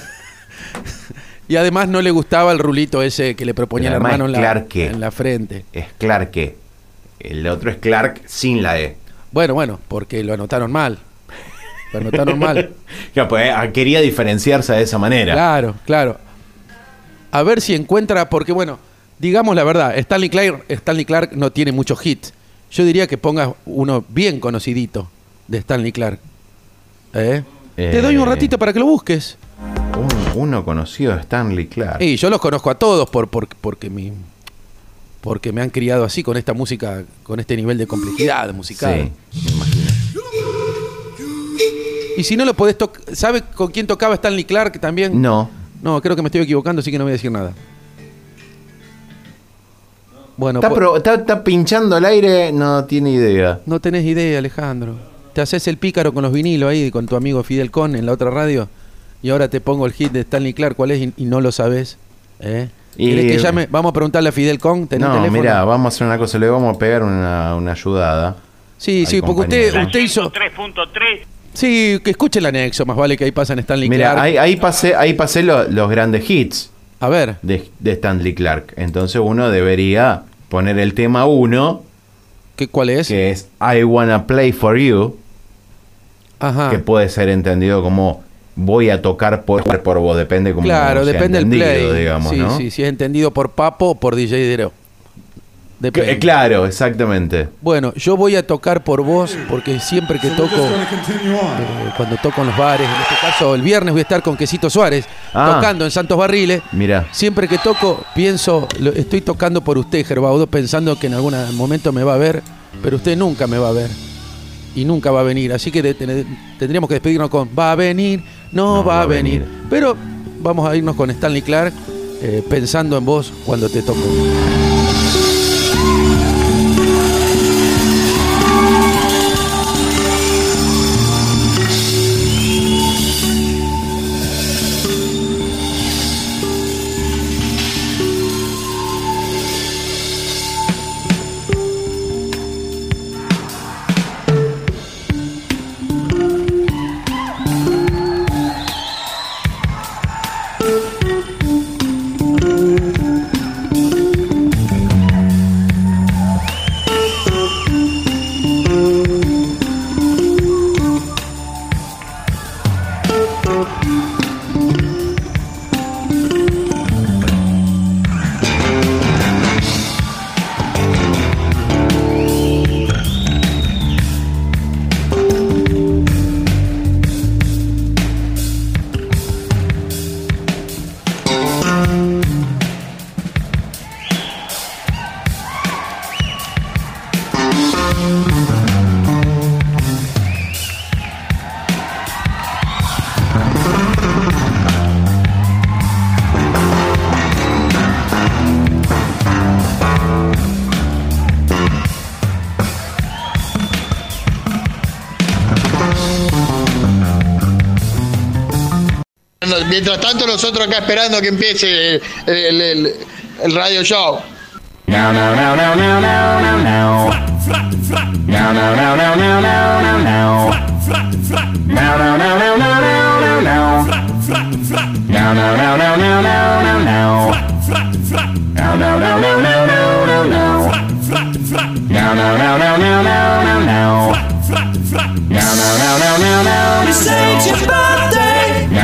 [SPEAKER 4] y además no le gustaba el rulito ese que le proponía el
[SPEAKER 3] Pero
[SPEAKER 4] hermano
[SPEAKER 3] además
[SPEAKER 4] en
[SPEAKER 3] es
[SPEAKER 4] la,
[SPEAKER 3] Clark que-
[SPEAKER 4] en la frente.
[SPEAKER 3] Es Clark. E. El otro es Clark sin la E.
[SPEAKER 4] Bueno, bueno, porque lo anotaron mal. Lo anotaron mal.
[SPEAKER 3] Ya, pues, eh, quería diferenciarse de esa manera.
[SPEAKER 4] Claro, claro. A ver si encuentra, porque bueno, digamos la verdad, Stanley Clark, Stanley Clark no tiene muchos hits. Yo diría que pongas uno bien conocidito de Stanley Clark. ¿Eh? Te doy un
[SPEAKER 3] Eh.
[SPEAKER 4] ratito para que lo busques.
[SPEAKER 3] Un- uno conocido, Stanley Clark.
[SPEAKER 4] Y yo los conozco a todos por, por- porque mi porque me han criado así con esta música, con este nivel de complejidad musical.
[SPEAKER 3] Sí, me imagino.
[SPEAKER 4] Y si no lo podés tocar, ¿sabe con quién tocaba Stanley Clark también?
[SPEAKER 3] No.
[SPEAKER 4] No, creo que me estoy equivocando, así que no voy a decir nada. Bueno,
[SPEAKER 3] Está,
[SPEAKER 4] po-
[SPEAKER 3] pro- está- está pinchando el aire, no tiene idea.
[SPEAKER 4] no tenés idea, Alejandro. Te haces el pícaro con los vinilos ahí, con tu amigo Fidel Con en la otra radio, y ahora te pongo el hit de Stanley Clark, ¿cuál es? Y, y no lo sabés. ¿eh?
[SPEAKER 3] Y-
[SPEAKER 4] ¿Querés que llame? Vamos a preguntarle a Fidel Con, ¿tenés
[SPEAKER 3] No,
[SPEAKER 4] teléfono?
[SPEAKER 3] mira, vamos a hacer una cosa, le vamos a pegar una, una ayudada.
[SPEAKER 4] Sí,
[SPEAKER 3] al
[SPEAKER 4] sí, porque
[SPEAKER 3] compañero.
[SPEAKER 4] usted, usted hizo...
[SPEAKER 7] 3.3.
[SPEAKER 4] Sí, que escuche el anexo, más vale que ahí pasan Stanley
[SPEAKER 3] Mira,
[SPEAKER 4] Clark.
[SPEAKER 3] ahí, ahí pasé, ahí pasé lo- los grandes hits
[SPEAKER 4] A ver,
[SPEAKER 3] de, de Stanley Clark. Entonces uno debería poner el tema 1,
[SPEAKER 4] ¿qué, ¿cuál es?
[SPEAKER 3] que es I Wanna Play For You,
[SPEAKER 4] Ajá. Ah.
[SPEAKER 3] que puede ser entendido como voy a tocar por, por vos, depende como
[SPEAKER 4] Claro,
[SPEAKER 3] sea
[SPEAKER 4] depende del
[SPEAKER 3] entendido,
[SPEAKER 4] play.
[SPEAKER 3] digamos,
[SPEAKER 4] sí,
[SPEAKER 3] ¿no?
[SPEAKER 4] sí, si es entendido por Papo o por DJ Dero. Depende.
[SPEAKER 3] Eh, Claro, exactamente.
[SPEAKER 4] Bueno, yo voy a tocar por vos porque siempre que toco, eh, cuando toco en los bares, en este caso el viernes voy a estar con Quesito Suárez
[SPEAKER 3] Ah.
[SPEAKER 4] tocando en Santos Barriles.
[SPEAKER 3] Mirá.
[SPEAKER 4] Siempre que toco, pienso, lo- estoy tocando por usted, Gerbaudo, pensando que en algún momento me va a ver, pero usted nunca me va a ver y nunca va a venir. Así que de- tener- tendríamos que despedirnos con va a venir, no, va, a venir. Pero vamos a irnos con Stanley Clark eh, pensando en vos cuando te toco.
[SPEAKER 1] No, Mientras tanto, nosotros acá esperando que empiece el, el- el- el radio show.
[SPEAKER 2] Now, now, now, now, now, now, now, now. Now, now, now, now, now, now, now, now. Now, now, now, now, now, now, now, now. Now, now, now, now, now, now, now, now. Now, now, now, now, now, now, now, now. Now, now, now, now, now, now, now, now. Now, now, now, now, now, now, now, now.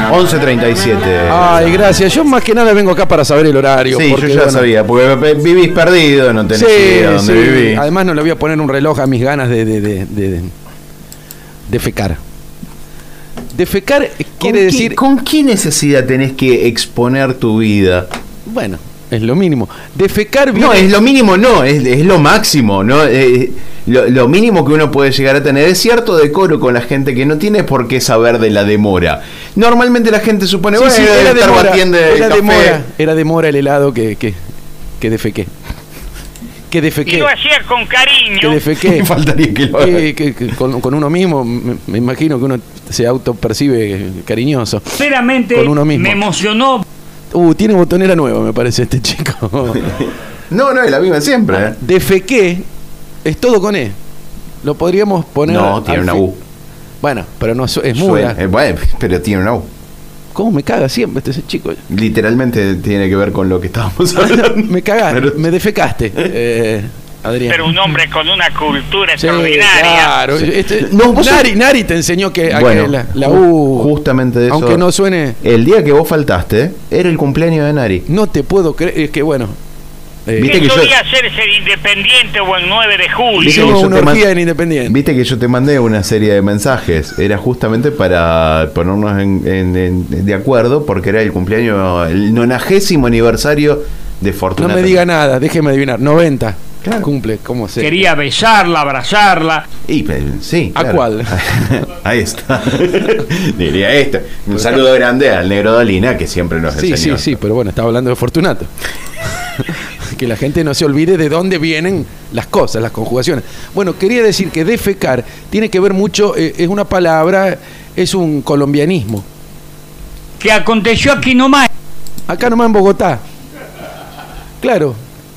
[SPEAKER 3] 11.37.
[SPEAKER 4] Ay, gracias. Yo más que nada vengo acá para saber el horario.
[SPEAKER 3] sí, yo
[SPEAKER 4] porque,
[SPEAKER 3] ya
[SPEAKER 4] bueno,
[SPEAKER 3] sabía, porque pe- vivís perdido, no tenés
[SPEAKER 4] Sí,
[SPEAKER 3] idea dónde
[SPEAKER 4] sí.
[SPEAKER 3] vivís.
[SPEAKER 4] Además no le voy a poner un reloj a mis ganas de, de, de, de, de fecar. Defecar
[SPEAKER 3] ¿Con
[SPEAKER 4] quiere
[SPEAKER 3] qué-
[SPEAKER 4] decir...
[SPEAKER 3] ¿Con qué necesidad tenés que exponer tu vida?
[SPEAKER 4] Bueno, es lo mínimo. Defecar viene...
[SPEAKER 3] No, es lo mínimo, no, es, es lo máximo, ¿no? Eh, lo, lo mínimo que uno puede llegar a tener es cierto decoro con la gente que no tiene por qué saber de la demora. Normalmente la gente supone,
[SPEAKER 4] Sí,
[SPEAKER 3] bueno,
[SPEAKER 4] sí,
[SPEAKER 3] debe
[SPEAKER 4] era, de
[SPEAKER 3] estar
[SPEAKER 4] mora,
[SPEAKER 3] batiendo el
[SPEAKER 4] era de
[SPEAKER 3] café".
[SPEAKER 4] mora. Era de mora el helado que, que, que defequé. Que
[SPEAKER 7] Y
[SPEAKER 4] defequé.
[SPEAKER 7] lo hacía con
[SPEAKER 4] Que
[SPEAKER 7] cariño.
[SPEAKER 4] defequé.
[SPEAKER 3] Faltaría que lo haga.
[SPEAKER 4] Que- que- que con, con uno mismo, me, me imagino que uno se autopercibe cariñoso.
[SPEAKER 6] Sinceramente,
[SPEAKER 4] Con uno mismo.
[SPEAKER 6] me emocionó
[SPEAKER 4] Uh, tiene botonera nueva, me parece este chico.
[SPEAKER 3] No, no, es la misma siempre. ¿eh?
[SPEAKER 4] defequé es todo con E. Lo podríamos poner.
[SPEAKER 3] No, tiene
[SPEAKER 4] al
[SPEAKER 3] una
[SPEAKER 4] fin.
[SPEAKER 3] U.
[SPEAKER 4] Bueno, pero no su- es
[SPEAKER 3] Suena-
[SPEAKER 4] muda.
[SPEAKER 3] eh, bueno, pero tiene una U.
[SPEAKER 4] ¿Cómo me caga siempre este chico?
[SPEAKER 3] Literalmente tiene que ver con lo que estábamos hablando.
[SPEAKER 4] me cagaste,
[SPEAKER 3] Pero-
[SPEAKER 4] me defecaste, eh, Adrián.
[SPEAKER 7] Pero un hombre con una cultura
[SPEAKER 4] Sí,
[SPEAKER 7] extraordinaria.
[SPEAKER 4] claro. Este-
[SPEAKER 3] No, vos
[SPEAKER 4] Nari, Nari te enseñó que, a que
[SPEAKER 3] Bueno,
[SPEAKER 4] la, la
[SPEAKER 3] ju-
[SPEAKER 4] U.
[SPEAKER 3] justamente de eso.
[SPEAKER 4] Aunque no suene.
[SPEAKER 3] El día que vos faltaste era el cumpleaños de Nari.
[SPEAKER 4] No te puedo creer. Es que bueno. eh,
[SPEAKER 3] Viste
[SPEAKER 7] Que
[SPEAKER 3] que yo-
[SPEAKER 7] solía hacerse el independiente o el 9 de julio.
[SPEAKER 3] Viste que
[SPEAKER 4] hicimos
[SPEAKER 3] yo
[SPEAKER 4] una
[SPEAKER 3] te man-
[SPEAKER 4] orgía en Independiente.
[SPEAKER 3] Viste que yo te mandé una serie de mensajes. Era justamente para ponernos en- en- en- de acuerdo porque era el cumpleaños, el nonagésimo aniversario de
[SPEAKER 4] No
[SPEAKER 3] Fortuna.
[SPEAKER 4] me diga nada, déjeme adivinar. 90.
[SPEAKER 3] Claro.
[SPEAKER 4] Cumple, ¿cómo se?
[SPEAKER 6] Quería besarla, abrazarla.
[SPEAKER 3] Y, eh, sí,
[SPEAKER 4] ¿A
[SPEAKER 3] claro.
[SPEAKER 4] cuál?
[SPEAKER 3] Ahí está. Diría esto. Un saludo grande al negro Dolina que siempre nos
[SPEAKER 4] Sí, sí,
[SPEAKER 3] enseñó.
[SPEAKER 4] sí, pero bueno, estaba hablando de Fortunato. que la gente no se olvide de dónde vienen las cosas, las conjugaciones. Bueno, quería decir que defecar tiene que ver mucho, eh, es una palabra, es un colombianismo.
[SPEAKER 6] Que aconteció aquí nomás.
[SPEAKER 4] Acá nomás en Bogotá. Claro.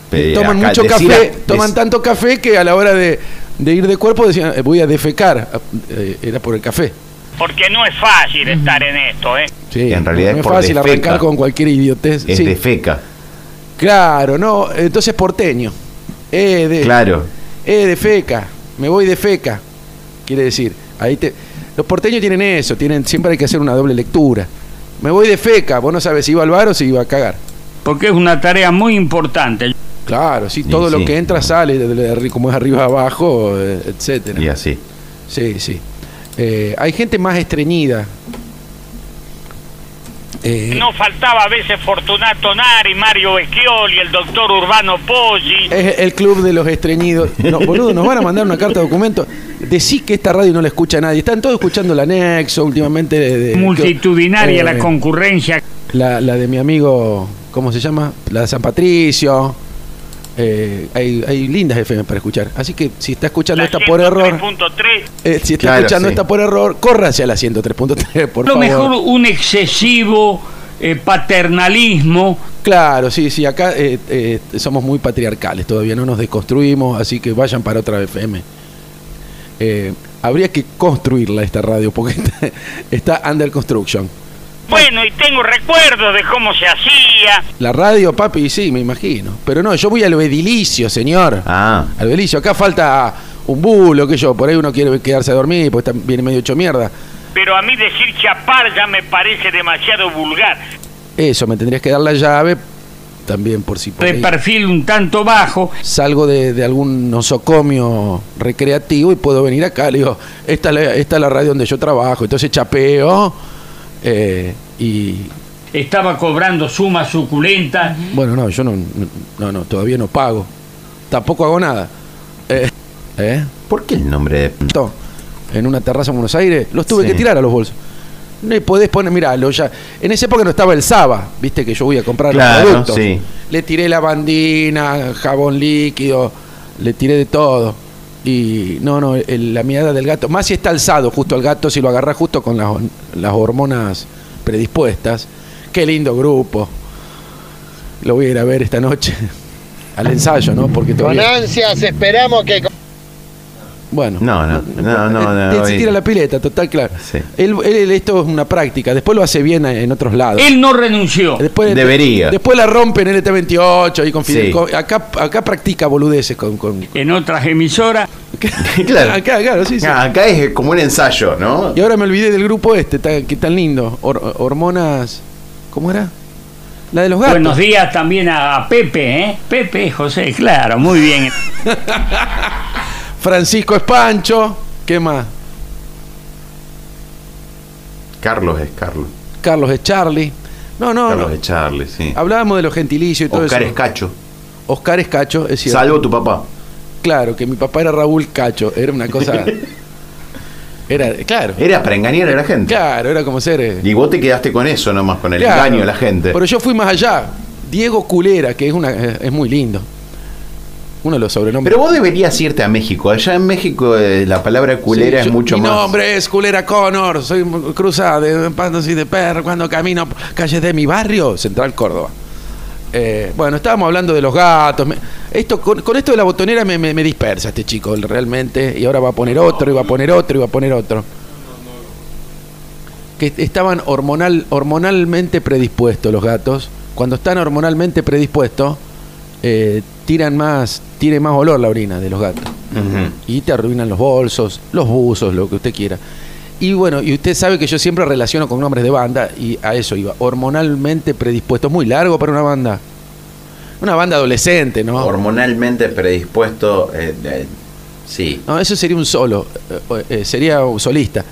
[SPEAKER 3] Pe-
[SPEAKER 4] toman
[SPEAKER 3] acá,
[SPEAKER 4] mucho
[SPEAKER 3] decir
[SPEAKER 4] café,
[SPEAKER 3] a-
[SPEAKER 4] toman
[SPEAKER 3] dec-
[SPEAKER 4] tanto café que a la hora de, de ir de cuerpo decían, "Eh, voy a defecar. Eh, era por el café.
[SPEAKER 7] Porque no es fácil estar en esto, ¿eh?
[SPEAKER 4] Sí,
[SPEAKER 3] En realidad
[SPEAKER 4] no
[SPEAKER 3] es
[SPEAKER 4] es
[SPEAKER 3] por
[SPEAKER 4] fácil
[SPEAKER 3] defeca.
[SPEAKER 4] arrancar con cualquier idiotez.
[SPEAKER 3] Es
[SPEAKER 4] Sí,
[SPEAKER 3] de feca.
[SPEAKER 4] Claro, no, entonces porteño. Eh, de,
[SPEAKER 3] Claro.
[SPEAKER 4] Eh, de feca, me voy de feca. Quiere decir, ahí te. Los porteños tienen eso, tienen, siempre hay que hacer una doble lectura. Me voy de feca, vos no sabes si iba al bar o si iba a cagar.
[SPEAKER 6] Porque es una tarea muy importante.
[SPEAKER 4] Claro, sí,
[SPEAKER 3] Y
[SPEAKER 4] todo lo
[SPEAKER 3] sí.
[SPEAKER 4] que entra sale, de- de- de- como es arriba abajo, eh, etcétera.
[SPEAKER 3] Y así.
[SPEAKER 4] Sí, sí. Eh, hay gente más estreñida. Eh,
[SPEAKER 7] No faltaba a veces Fortunato Nari, Mario Becchioli, el doctor Urbano Poggi.
[SPEAKER 4] Es el club de los estreñidos. No, boludo, nos van a mandar una carta de documento. Decí que esta radio no la escucha nadie. Están todos escuchando la anexo últimamente. de- de-
[SPEAKER 6] Multitudinaria
[SPEAKER 4] eh,
[SPEAKER 6] la concurrencia.
[SPEAKER 4] la, la de mi amigo, ¿cómo se llama? La de San Patricio. Eh, hay, hay lindas FM para escuchar. Así que si está escuchando
[SPEAKER 7] La
[SPEAKER 4] esta por error,
[SPEAKER 7] 103.3.
[SPEAKER 4] eh, si está
[SPEAKER 3] Claro,
[SPEAKER 4] escuchando
[SPEAKER 3] sí.
[SPEAKER 4] esta por error, corra hacia la 103.3, por
[SPEAKER 6] Lo
[SPEAKER 4] favor.
[SPEAKER 6] mejor un excesivo eh, paternalismo.
[SPEAKER 4] Claro, sí, sí, acá eh, eh, somos muy patriarcales, todavía no nos desconstruimos, así que vayan para otra FM. Eh, habría que construirla esta radio porque está, está under construction.
[SPEAKER 7] Bueno, y tengo recuerdos de cómo se hacía.
[SPEAKER 4] La radio, papi, sí, me imagino. Pero no, yo voy al edilicio, señor.
[SPEAKER 3] Ah,
[SPEAKER 4] Al Belicio, acá falta un bulo, que yo, por ahí uno quiere quedarse a dormir porque está- viene medio hecho mierda.
[SPEAKER 7] Pero a mí decir chapar ya me parece demasiado vulgar.
[SPEAKER 4] Eso, me tendrías que dar la llave también por si por
[SPEAKER 6] de
[SPEAKER 4] ahí
[SPEAKER 6] perfil un tanto bajo.
[SPEAKER 4] salgo de, de algún nosocomio recreativo y puedo venir acá. Le digo, esta es la, esta es la radio donde yo trabajo, entonces chapeo eh, y...
[SPEAKER 6] Estaba cobrando sumas suculentas.
[SPEAKER 4] Bueno, no, yo no, no, no, todavía no pago. Tampoco hago nada. Eh, ¿eh?
[SPEAKER 3] ¿por qué el nombre de.?
[SPEAKER 4] Todo. en una terraza en Buenos Aires, los tuve
[SPEAKER 3] Sí.
[SPEAKER 4] que tirar a los bolsos. No y podés poner, mirá, lo ya. En esa época no estaba el Saba, viste que yo voy a comprar
[SPEAKER 3] Claro,
[SPEAKER 4] los productos.
[SPEAKER 3] sí.
[SPEAKER 4] Le tiré la bandina, jabón líquido, le tiré de todo. Y no, no, el- la mirada del gato, más si está alzado justo al gato, si lo agarrás justo con las, hon- las hormonas predispuestas. Qué lindo grupo. Lo voy a ir a ver esta noche al ensayo, ¿no? Porque
[SPEAKER 1] Con
[SPEAKER 4] todavía.
[SPEAKER 1] ansias esperamos que
[SPEAKER 4] Bueno.
[SPEAKER 3] No, no, Ah, no, no.
[SPEAKER 4] Eh,
[SPEAKER 3] no,
[SPEAKER 4] se
[SPEAKER 3] hoy-
[SPEAKER 4] tira la pileta, total, claro.
[SPEAKER 3] Sí.
[SPEAKER 4] Él, él- él- esto es una práctica, después lo hace bien en otros lados.
[SPEAKER 6] Él no renunció.
[SPEAKER 4] después,
[SPEAKER 3] Debería.
[SPEAKER 4] Después la rompen en el T28 y con Fidel
[SPEAKER 3] Sí.
[SPEAKER 4] Co- Acá, acá practica boludeces con. con-
[SPEAKER 6] En otras emisoras.
[SPEAKER 3] Claro.
[SPEAKER 4] Acá, claro, sí, sí.
[SPEAKER 3] Ah, acá es como un ensayo, ¿no?
[SPEAKER 4] Y ahora me olvidé del grupo este, tan- que tan lindo. Hor- hormonas. ¿Cómo era? La de los gatos.
[SPEAKER 6] Buenos días también a, a Pepe, ¿eh? Pepe, José, claro, muy bien.
[SPEAKER 4] Francisco Espancho. ¿Qué más?
[SPEAKER 3] Carlos es Carlos.
[SPEAKER 4] Carlos es Charlie. No, no,
[SPEAKER 3] Carlos
[SPEAKER 4] no.
[SPEAKER 3] es Charlie, sí.
[SPEAKER 4] Hablábamos de los gentilicios y todo
[SPEAKER 3] Oscar
[SPEAKER 4] eso.
[SPEAKER 3] es Cacho.
[SPEAKER 4] Oscar Escacho, es cierto.
[SPEAKER 3] Salvo tu papá.
[SPEAKER 4] Claro, que mi papá era Raúl Cacho, era una cosa. Era, claro,
[SPEAKER 3] Era para engañar a la gente.
[SPEAKER 4] claro, era como ser. eh,
[SPEAKER 3] Y vos te quedaste con eso nomás, con el
[SPEAKER 4] claro.
[SPEAKER 3] engaño a la gente.
[SPEAKER 4] Pero yo fui más allá. Diego Culera, que es una eh, es muy lindo. Uno de los sobrenombres.
[SPEAKER 3] Pero vos deberías irte a México. Allá en México eh, la palabra culera
[SPEAKER 4] Sí,
[SPEAKER 3] es
[SPEAKER 4] yo-
[SPEAKER 3] mucho
[SPEAKER 4] mi
[SPEAKER 3] más.
[SPEAKER 4] nombre es Culera Connor, soy m- cruzada de pandas y de perro cuando camino por calles de mi barrio, Central Córdoba. Eh, bueno, estábamos hablando de los gatos. me- esto con, con esto de la botonera me, me- me dispersa este chico realmente. Y ahora va a poner otro, y va a poner otro, y va a poner otro. Que est- estaban hormonal, hormonalmente predispuestos los gatos. Cuando están hormonalmente predispuestos, eh, tiran más, tiene más olor la orina de los gatos
[SPEAKER 3] Ujú.
[SPEAKER 4] y te arruinan los bolsos, los buzos, lo que usted quiera. Y bueno, y usted sabe que yo siempre relaciono con nombres de banda y a eso iba, hormonalmente predispuesto, Es muy largo para una banda. Una banda adolescente, ¿no?
[SPEAKER 3] Hormonalmente predispuesto. eh, eh, sí.
[SPEAKER 4] no, eso sería un solo, eh, eh, sería un solista.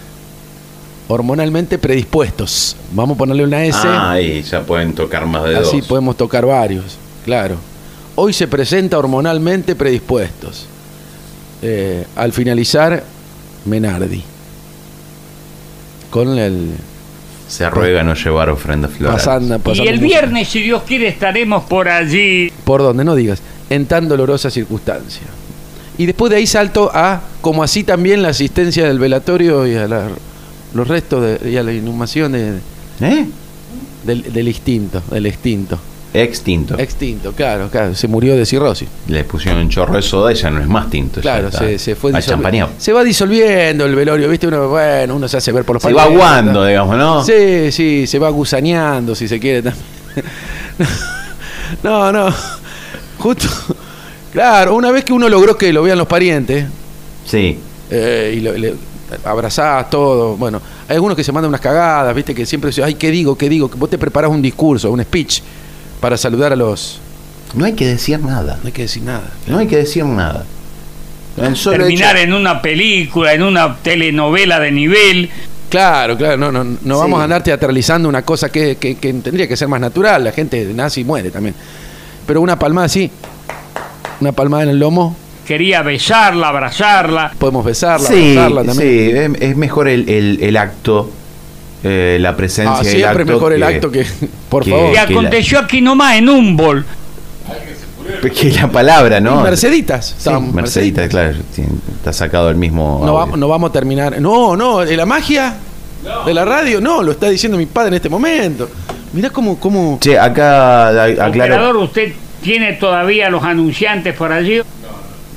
[SPEAKER 4] Hormonalmente predispuestos. Vamos a ponerle una S,
[SPEAKER 3] Ah, ahí ya pueden tocar más de
[SPEAKER 4] así
[SPEAKER 3] dos.
[SPEAKER 4] podemos tocar varios, claro. Hoy se presenta hormonalmente predispuestos. Eh, al finalizar, Menardi. Con el,
[SPEAKER 3] Se ruega no llevar ofrendas florales.
[SPEAKER 4] Pasando, pasando
[SPEAKER 6] Y el
[SPEAKER 4] música.
[SPEAKER 6] viernes, si Dios quiere, estaremos por allí.
[SPEAKER 4] Por donde no digas, en tan dolorosa circunstancia. Y después de ahí salto a, como así también, la asistencia del velatorio y a la- los restos de- y a la inhumación de-
[SPEAKER 3] ¿Eh?
[SPEAKER 4] del, del instinto, del extinto.
[SPEAKER 3] Extinto.
[SPEAKER 4] Extinto, claro, claro. Se murió de cirrosis.
[SPEAKER 3] Le pusieron un chorro de soda y ya no es más tinto. ya
[SPEAKER 4] Claro,
[SPEAKER 3] está
[SPEAKER 4] se, se fue
[SPEAKER 3] achampañado.
[SPEAKER 4] disolviendo. Se va disolviendo el velorio, ¿viste? Uno, bueno, uno se hace ver por los
[SPEAKER 3] Se va
[SPEAKER 4] parientes.
[SPEAKER 3] aguando, digamos, ¿no?
[SPEAKER 4] Sí, sí, se va gusaneando, si se quiere también. No, no. Justo. Claro, una vez que uno logró que lo vean los parientes,
[SPEAKER 3] Sí.
[SPEAKER 4] eh, y lo- le abrazás todo, bueno, hay algunos que se mandan unas cagadas, viste, que siempre dicen, ay, ¿qué digo? ¿Qué digo? Vos te preparás un discurso, un speech, para saludar a los,
[SPEAKER 3] No hay que decir nada.
[SPEAKER 4] No hay que decir nada.
[SPEAKER 3] No hay que decir nada. El solo
[SPEAKER 6] Terminar
[SPEAKER 3] hecho-
[SPEAKER 6] en una película, en una telenovela de nivel.
[SPEAKER 4] Claro, claro, no, no, no vamos
[SPEAKER 3] Sí.
[SPEAKER 4] a andar teatralizando una cosa que, que- que tendría que ser más natural. La gente nace y muere también. Pero una palmada así, una palmada en el lomo,
[SPEAKER 6] Quería besarla, abrazarla.
[SPEAKER 4] podemos besarla,
[SPEAKER 3] Sí,
[SPEAKER 4] abrazarla también.
[SPEAKER 3] sí, es, es mejor el, el- el acto, eh, la presencia
[SPEAKER 4] Ah,
[SPEAKER 3] del
[SPEAKER 4] siempre es
[SPEAKER 3] acto
[SPEAKER 4] mejor el acto que, por
[SPEAKER 3] que-
[SPEAKER 4] favor.
[SPEAKER 6] Y
[SPEAKER 3] la-
[SPEAKER 6] aconteció aquí nomás en un bol.
[SPEAKER 3] que la palabra, ¿no?
[SPEAKER 4] Merceditas.
[SPEAKER 3] Sí,
[SPEAKER 4] Estaban-
[SPEAKER 3] Merceditas, claro, tiene- está sacado el mismo.
[SPEAKER 4] No,
[SPEAKER 3] audio.
[SPEAKER 4] va- no vamos a terminar. No, no, eh, la magia de la radio, no, lo está diciendo mi padre en este momento. Mirá cómo, cómo.
[SPEAKER 3] Che, acá a- aclaro
[SPEAKER 6] Operador, ¿usted tiene todavía los anunciantes por allí?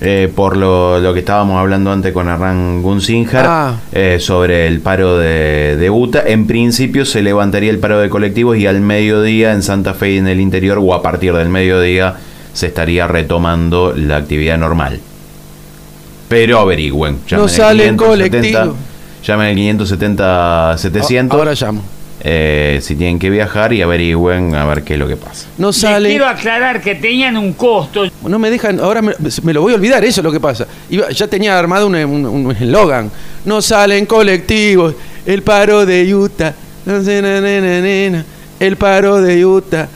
[SPEAKER 3] eh, por lo, lo que estábamos hablando antes con Arran Gunsinjar
[SPEAKER 4] Ah.
[SPEAKER 3] eh, sobre el paro de, de UTA. En principio se levantaría el paro de colectivos y al mediodía en Santa Fe y en el interior o a partir del mediodía se estaría retomando la actividad normal. Pero averigüen. llamen
[SPEAKER 4] No
[SPEAKER 3] al
[SPEAKER 4] sale el
[SPEAKER 3] 570,
[SPEAKER 4] colectivo.
[SPEAKER 3] Llamen al 570 700
[SPEAKER 4] Ahora llamo.
[SPEAKER 3] eh, si tienen que viajar y averigüen a ver qué es lo que pasa.
[SPEAKER 4] No
[SPEAKER 6] Le
[SPEAKER 4] sale.
[SPEAKER 6] quiero aclarar que tenían un costo.
[SPEAKER 4] No me dejan, ahora me, me lo voy a olvidar, eso es lo que pasa. Iba- ya tenía armado un un- un eslogan. no salen colectivos, el paro de Utah. No sé, na, na, na, na, na, El paro de Utah.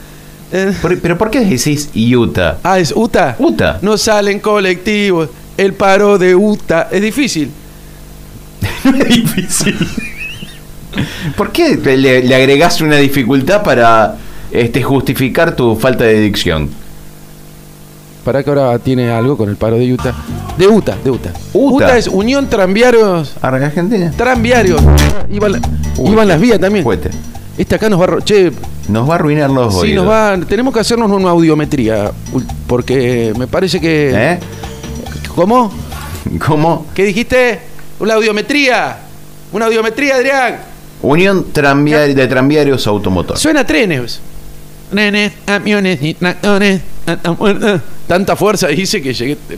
[SPEAKER 4] Eh,
[SPEAKER 3] Por- ¿Pero por qué decís Utah?
[SPEAKER 4] Ah, es Utah.
[SPEAKER 3] Utah.
[SPEAKER 4] No salen colectivos, el paro de Utah. Es difícil.
[SPEAKER 3] Es difícil. ¿Por qué le, le agregás una dificultad para este, justificar tu falta de dicción?
[SPEAKER 4] Para que ahora tiene algo con el paro de Utah. De Utah, de Utah.
[SPEAKER 3] Utah.
[SPEAKER 4] Utah es Unión Tranviarios.
[SPEAKER 3] Argentina.
[SPEAKER 4] Tranviarios. Iban, la-
[SPEAKER 3] Uy,
[SPEAKER 4] iban las vías también.
[SPEAKER 3] Fuete.
[SPEAKER 4] Este acá nos va a... ro- Che,
[SPEAKER 3] Nos va a arruinar los
[SPEAKER 4] sí,
[SPEAKER 3] oídos.
[SPEAKER 4] nos va, tenemos que hacernos una audiometría. ul- Porque me parece que...
[SPEAKER 3] ¿Eh?
[SPEAKER 4] ¿Cómo?
[SPEAKER 3] ¿Cómo?
[SPEAKER 4] ¿Qué dijiste? Una audiometría. Una audiometría, Adrián.
[SPEAKER 3] Unión Tranviar- de Tranviarios Automotor.
[SPEAKER 4] Suena a trenes. Nenes, camiones y tractores. Tanta fuerza hice que llegué. eh,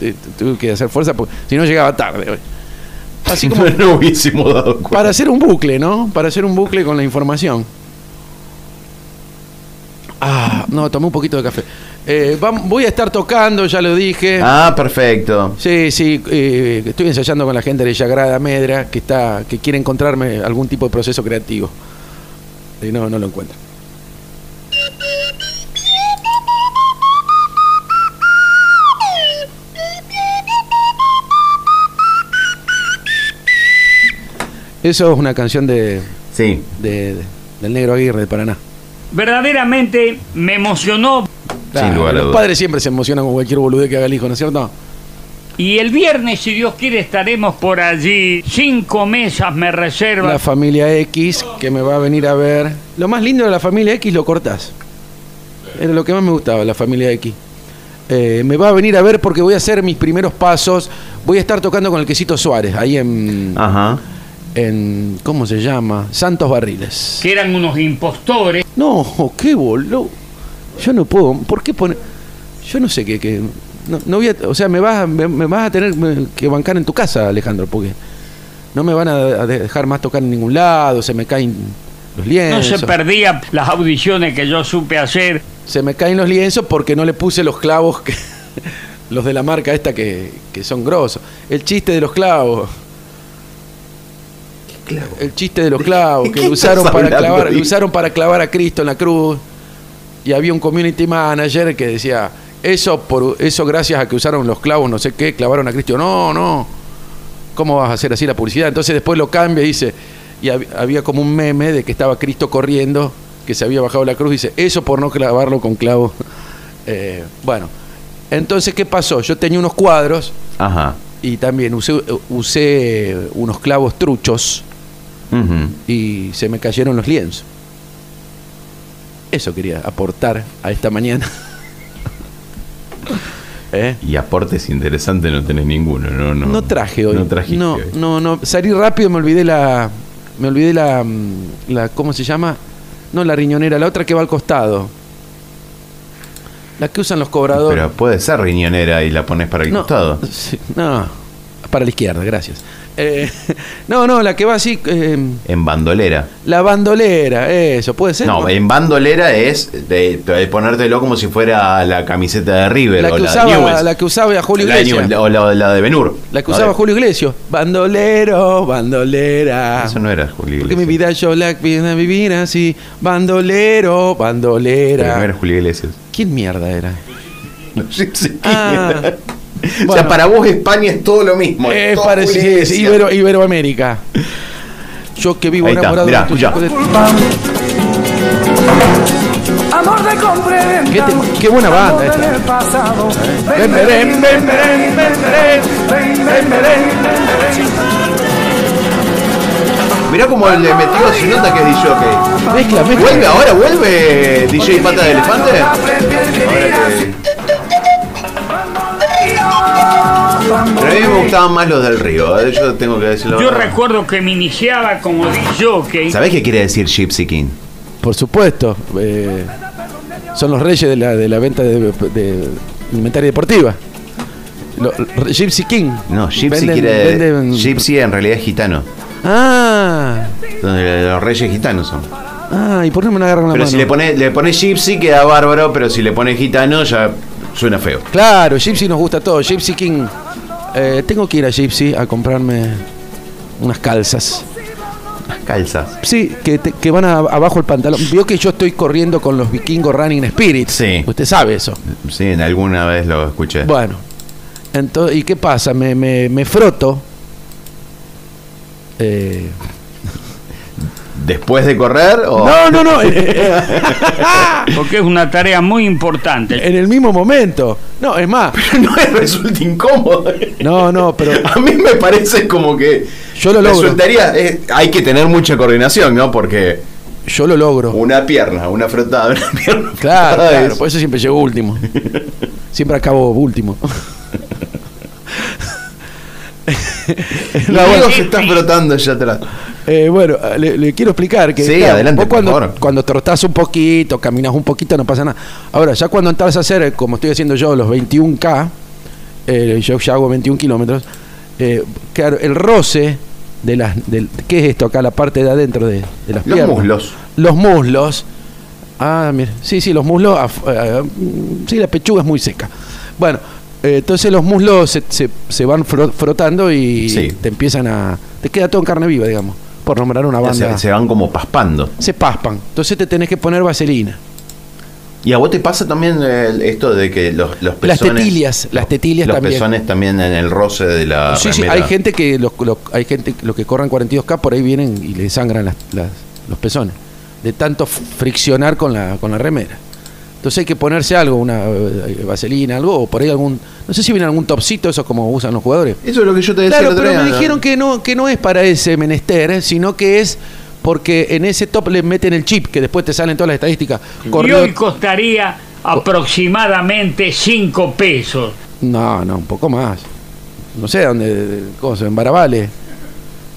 [SPEAKER 4] eh, Tuve que hacer fuerza porque si no llegaba tarde hoy. Así como
[SPEAKER 3] no hubiésemos dado cuenta.
[SPEAKER 4] para hacer un bucle, ¿no? Para hacer un bucle con la información. Ah, no, tomé un poquito de café. Eh, vam- voy a estar tocando, ya lo dije.
[SPEAKER 3] Ah, perfecto.
[SPEAKER 4] Sí, sí, eh, estoy ensayando con la gente de Yagrada Medra que está, que quiere encontrarme algún tipo de proceso creativo. Y no, no lo encuentro. Eso es una canción de,
[SPEAKER 3] Sí.
[SPEAKER 4] de- de- del Negro Aguirre de Paraná.
[SPEAKER 6] Verdaderamente me emocionó.
[SPEAKER 3] Sin lugar a
[SPEAKER 4] los
[SPEAKER 3] dudas.
[SPEAKER 4] padres siempre se emocionan con cualquier boludez que haga el hijo, ¿no es cierto?
[SPEAKER 6] Y el viernes, si Dios quiere, estaremos por allí. Cinco mesas me reservan.
[SPEAKER 4] la familia X que me va a venir a ver. Lo más lindo de la familia X lo cortás. Era lo que más me gustaba, la familia X. Eh, me va a venir a ver porque voy a hacer mis primeros pasos. Voy a estar tocando con el quesito Suárez, ahí en.
[SPEAKER 3] Ajá.
[SPEAKER 4] en ¿Cómo se llama? Santos Barriles.
[SPEAKER 6] Que eran unos impostores.
[SPEAKER 4] No, qué boludo. Yo no puedo. ¿Por qué poner.? Yo no sé qué. qué- no, no voy a, o sea, me vas, a- me, me vas a tener que bancar en tu casa, Alejandro, porque no me van a, a dejar más tocar en ningún lado, se me caen los
[SPEAKER 6] No
[SPEAKER 4] lienzos.
[SPEAKER 6] se perdía las audiciones que yo supe hacer.
[SPEAKER 4] se me caen los lienzos porque no le puse los clavos, que, los de la marca esta que, que son grosos. El chiste de los clavos. El chiste de los clavos que
[SPEAKER 3] qué
[SPEAKER 4] lo usaron
[SPEAKER 3] estás
[SPEAKER 4] para
[SPEAKER 3] hablando,
[SPEAKER 4] clavar, lo
[SPEAKER 3] Diego?
[SPEAKER 4] usaron para clavar a Cristo en la cruz. Y había un community manager que decía, eso por eso gracias a que usaron los clavos, no sé qué, clavaron a Cristo. No, no. ¿Cómo vas a hacer así la publicidad? Entonces después lo cambia y dice, y hab- había como un meme de que estaba Cristo corriendo, que se había bajado la cruz, y dice, eso por no clavarlo con clavos. Eh, bueno, entonces, ¿qué pasó? Yo tenía unos cuadros
[SPEAKER 3] Ajá.
[SPEAKER 4] y también usé, usé unos clavos truchos
[SPEAKER 3] Ujú.
[SPEAKER 4] y se me cayeron los lienzos. Eso quería aportar a esta mañana. ¿Eh?
[SPEAKER 3] Y aportes interesantes no tenés ninguno, ¿no? No,
[SPEAKER 4] No traje hoy.
[SPEAKER 3] No trajiste
[SPEAKER 4] No,
[SPEAKER 3] hoy.
[SPEAKER 4] no, no. Salí rápido, me olvidé la. Me olvidé la, mm, la. ¿Cómo se llama? No, la riñonera, la otra que va al costado. La que usan los cobradores.
[SPEAKER 3] Pero puede ser riñonera y la pones para el
[SPEAKER 4] no,
[SPEAKER 3] costado.
[SPEAKER 4] sí, no. para la izquierda, gracias. Eh, no, no, la que va así. eh,
[SPEAKER 3] En bandolera.
[SPEAKER 4] la bandolera, eso, puede ser.
[SPEAKER 3] No, en bandolera es de, de ponértelo como si fuera la camiseta de River
[SPEAKER 4] la,
[SPEAKER 3] o
[SPEAKER 4] que
[SPEAKER 3] la de
[SPEAKER 4] usaba,
[SPEAKER 3] Newell's.
[SPEAKER 4] la que usaba Julio
[SPEAKER 3] La de
[SPEAKER 4] Iglesias.
[SPEAKER 3] Newell's, o la, la de Benur.
[SPEAKER 4] La que usaba Julio Iglesias. Bandolero, bandolera.
[SPEAKER 3] Eso no era Julio
[SPEAKER 4] Porque mi
[SPEAKER 3] Iglesias.
[SPEAKER 4] vida yo la vida vivir así. Bandolero,
[SPEAKER 3] Pero no era
[SPEAKER 4] bandolera.
[SPEAKER 3] Julio Iglesias.
[SPEAKER 4] ¿Quién mierda era?
[SPEAKER 3] No sé quién
[SPEAKER 4] Ah,
[SPEAKER 3] era. O
[SPEAKER 4] bueno.
[SPEAKER 3] sea, para vos España es todo lo mismo. es
[SPEAKER 4] Es
[SPEAKER 3] Pues todo
[SPEAKER 4] parecido,
[SPEAKER 3] Julio
[SPEAKER 4] es
[SPEAKER 3] Iglesias.
[SPEAKER 4] Ibero- Iberoamérica. Yo que vivo
[SPEAKER 3] Ahí está,
[SPEAKER 4] enamorado
[SPEAKER 3] mirá,
[SPEAKER 4] de tu
[SPEAKER 3] escuchá.
[SPEAKER 4] chico de- Qué, te- qué buena banda esta. Ven, ven, ven, ven, ven, ven, ven, ven.
[SPEAKER 3] Mirá cómo le metió su nota que es DJ. ok.
[SPEAKER 4] Mezcla, mezcla.
[SPEAKER 3] Vuelve ahora, vuelve DJ Pata de Elefante. Pero a mí me gustaban más los del río, eh, yo tengo que decirlo.
[SPEAKER 6] Yo recuerdo que me iniciaba como DJ.
[SPEAKER 3] ¿Sabés qué quiere decir Gypsy King?
[SPEAKER 4] Por supuesto. eh, son los reyes de la, de la venta de, de inventaria deportiva. Lo- re- Gypsy King.
[SPEAKER 3] No, Gypsy
[SPEAKER 4] Venden-
[SPEAKER 3] quiere.
[SPEAKER 4] venden-
[SPEAKER 3] Gypsy en realidad es gitano.
[SPEAKER 4] Ah,
[SPEAKER 3] Donde los reyes gitanos son.
[SPEAKER 4] ah, ¿y por qué no me la agarran la
[SPEAKER 3] Pero
[SPEAKER 4] mano?
[SPEAKER 3] si le pones le pones Gypsy queda bárbaro, pero si le pones gitano ya suena feo.
[SPEAKER 4] Claro, Gypsy nos gusta todo. Gypsy King. Eh, tengo que ir a Gypsy a comprarme unas calzas.
[SPEAKER 3] Calzas.
[SPEAKER 4] Sí, que, te- que van a- abajo el pantalón. Vio que yo estoy corriendo con los vikingos Running Spirit.
[SPEAKER 3] Sí.
[SPEAKER 4] Usted sabe eso.
[SPEAKER 3] Sí, en alguna vez lo escuché.
[SPEAKER 4] Bueno. Entonces, ¿y qué pasa? Me, me, me froto. Eh,
[SPEAKER 3] ¿Después de correr o.?
[SPEAKER 4] No, no, no. eh, eh,
[SPEAKER 6] Porque es una tarea muy importante.
[SPEAKER 4] en el mismo momento. No, es más.
[SPEAKER 3] no me resulta incómodo.
[SPEAKER 4] No, no, pero
[SPEAKER 3] A mí me parece como que.
[SPEAKER 4] Yo lo logro.
[SPEAKER 3] Resultaría. eh, hay que tener mucha coordinación, ¿no? Porque
[SPEAKER 4] yo lo logro.
[SPEAKER 3] una pierna, una frotada, una pierna.
[SPEAKER 4] Claro,
[SPEAKER 3] frotada
[SPEAKER 4] claro, pues-
[SPEAKER 3] es-
[SPEAKER 4] por eso siempre llego último. Siempre acabo último.
[SPEAKER 3] Los amigos se están frotando ya atrás.
[SPEAKER 4] Eh, bueno, le, le quiero explicar que
[SPEAKER 3] Sí, adelante,
[SPEAKER 4] vos
[SPEAKER 3] por
[SPEAKER 4] cuando,
[SPEAKER 3] favor.
[SPEAKER 4] cuando trotás un poquito, caminas un poquito, no pasa nada. Ahora, ya cuando entras a hacer, eh, como estoy haciendo yo, los 21K, eh, yo ya hago 21 kilómetros, eh, claro, el roce de las... del- ¿Qué es esto acá? La parte de adentro de, de las
[SPEAKER 3] Los
[SPEAKER 4] piernas.
[SPEAKER 3] muslos.
[SPEAKER 4] Los muslos. Ah, mira. Sí, sí, los muslos. af- eh, sí, la pechuga es muy seca. Bueno, eh, entonces los muslos se, se- se van fro- frotando y
[SPEAKER 3] Sí.
[SPEAKER 4] te empiezan a. Te queda todo en carne viva, digamos. Por nombrar una banda.
[SPEAKER 3] Se, se
[SPEAKER 4] Se,
[SPEAKER 3] van como paspando.
[SPEAKER 4] paspan. Entonces te tenés que poner vaselina.
[SPEAKER 3] ¿Y a vos te pasa también eh, esto de que los, los
[SPEAKER 4] Las
[SPEAKER 3] pezones...
[SPEAKER 4] tetillas, las tetillas
[SPEAKER 3] los
[SPEAKER 4] también.
[SPEAKER 3] pezones también en el roce de la
[SPEAKER 4] sí, sí,
[SPEAKER 3] remera?
[SPEAKER 4] hay gente que los, los- hay gente que los que corran 42K por ahí vienen y le sangran las- las- los pezones. De tanto friccionar con la, con la remera. Entonces hay que ponerse algo, una eh, vaselina, algo, o por ahí algún. No sé si viene algún topsito, eso como usan los jugadores.
[SPEAKER 3] Eso es lo que yo te decía
[SPEAKER 4] Claro,
[SPEAKER 3] el otro
[SPEAKER 4] pero
[SPEAKER 3] día,
[SPEAKER 4] me
[SPEAKER 3] ¿no?
[SPEAKER 4] dijeron que no, que no es para ese menester, eh, sino que es porque en ese top le meten el chip, que después te salen todas las estadísticas.
[SPEAKER 6] Y
[SPEAKER 4] Corrió-
[SPEAKER 6] hoy costaría aproximadamente 5 pesos.
[SPEAKER 4] No, no, un poco más. No sé dónde, eh, cosa, en Barabales.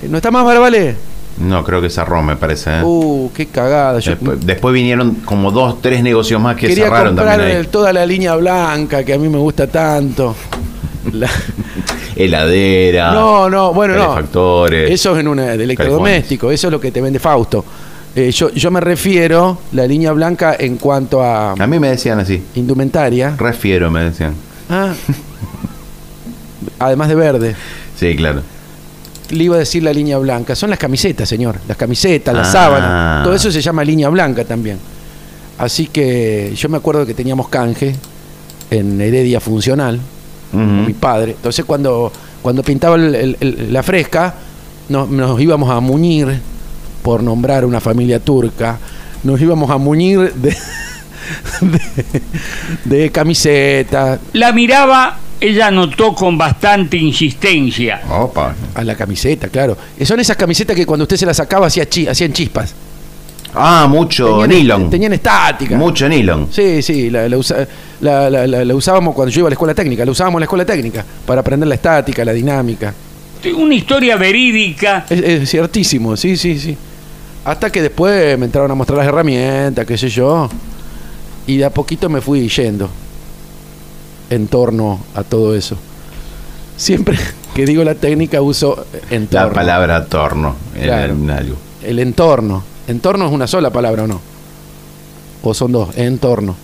[SPEAKER 4] Eh, ¿No está más Barabales?
[SPEAKER 3] No, creo que cerró, me parece. ¿eh?
[SPEAKER 4] Uh, qué cagada. Yo
[SPEAKER 3] después, después vinieron como dos, tres negocios más que
[SPEAKER 4] quería
[SPEAKER 3] cerraron
[SPEAKER 4] comprar
[SPEAKER 3] también ahí.
[SPEAKER 4] el- toda la línea blanca que a mí me gusta tanto. La-
[SPEAKER 3] Heladera.
[SPEAKER 4] no, no, bueno, no.
[SPEAKER 3] Ah. calefactores.
[SPEAKER 4] Eso es en una de electrodoméstico, eso es lo que te vende Fausto. Eh, yo, yo me refiero la línea blanca en cuanto a
[SPEAKER 3] A mí me decían así.
[SPEAKER 4] indumentaria.
[SPEAKER 3] Refiero, me decían.
[SPEAKER 4] Ah. Además de verde.
[SPEAKER 3] Sí, claro.
[SPEAKER 4] Le iba a decir la línea blanca. Son las camisetas, señor. Las camisetas, las
[SPEAKER 3] Ah.
[SPEAKER 4] sábanas. Todo eso se llama línea blanca también. Así que yo me acuerdo que teníamos canje en Heredia Funcional, con mi
[SPEAKER 3] Ujú.
[SPEAKER 4] padre. Entonces cuando, cuando pintaba el- el- el- la fresca, nos, nos íbamos a muñir, por nombrar una familia turca, nos íbamos a muñir de, de, de camiseta,
[SPEAKER 6] La miraba, ella notó con bastante insistencia.
[SPEAKER 3] Opa.
[SPEAKER 4] A la camiseta, claro. Eh, Son esas camisetas que cuando usted se las sacaba hacía chi- hacían chispas.
[SPEAKER 3] Ah, mucho nylon.
[SPEAKER 4] tenían estática.
[SPEAKER 3] Mucho nylon.
[SPEAKER 4] Sí, sí, la, la usa- la- la- la- la usábamos cuando yo iba a la escuela técnica, la usábamos en la escuela técnica para aprender la estática, la dinámica.
[SPEAKER 6] Una historia verídica.
[SPEAKER 4] Es, es ciertísimo, sí, sí, sí. Hasta que después me entraron a mostrar las herramientas, qué sé yo, y de a poquito me fui yendo en torno a todo eso. Siempre, que digo la técnica, uso entorno.
[SPEAKER 3] La palabra torno en-
[SPEAKER 4] Claro.
[SPEAKER 3] en algo.
[SPEAKER 4] El entorno. Entorno es una sola palabra o no. O son dos. Entorno.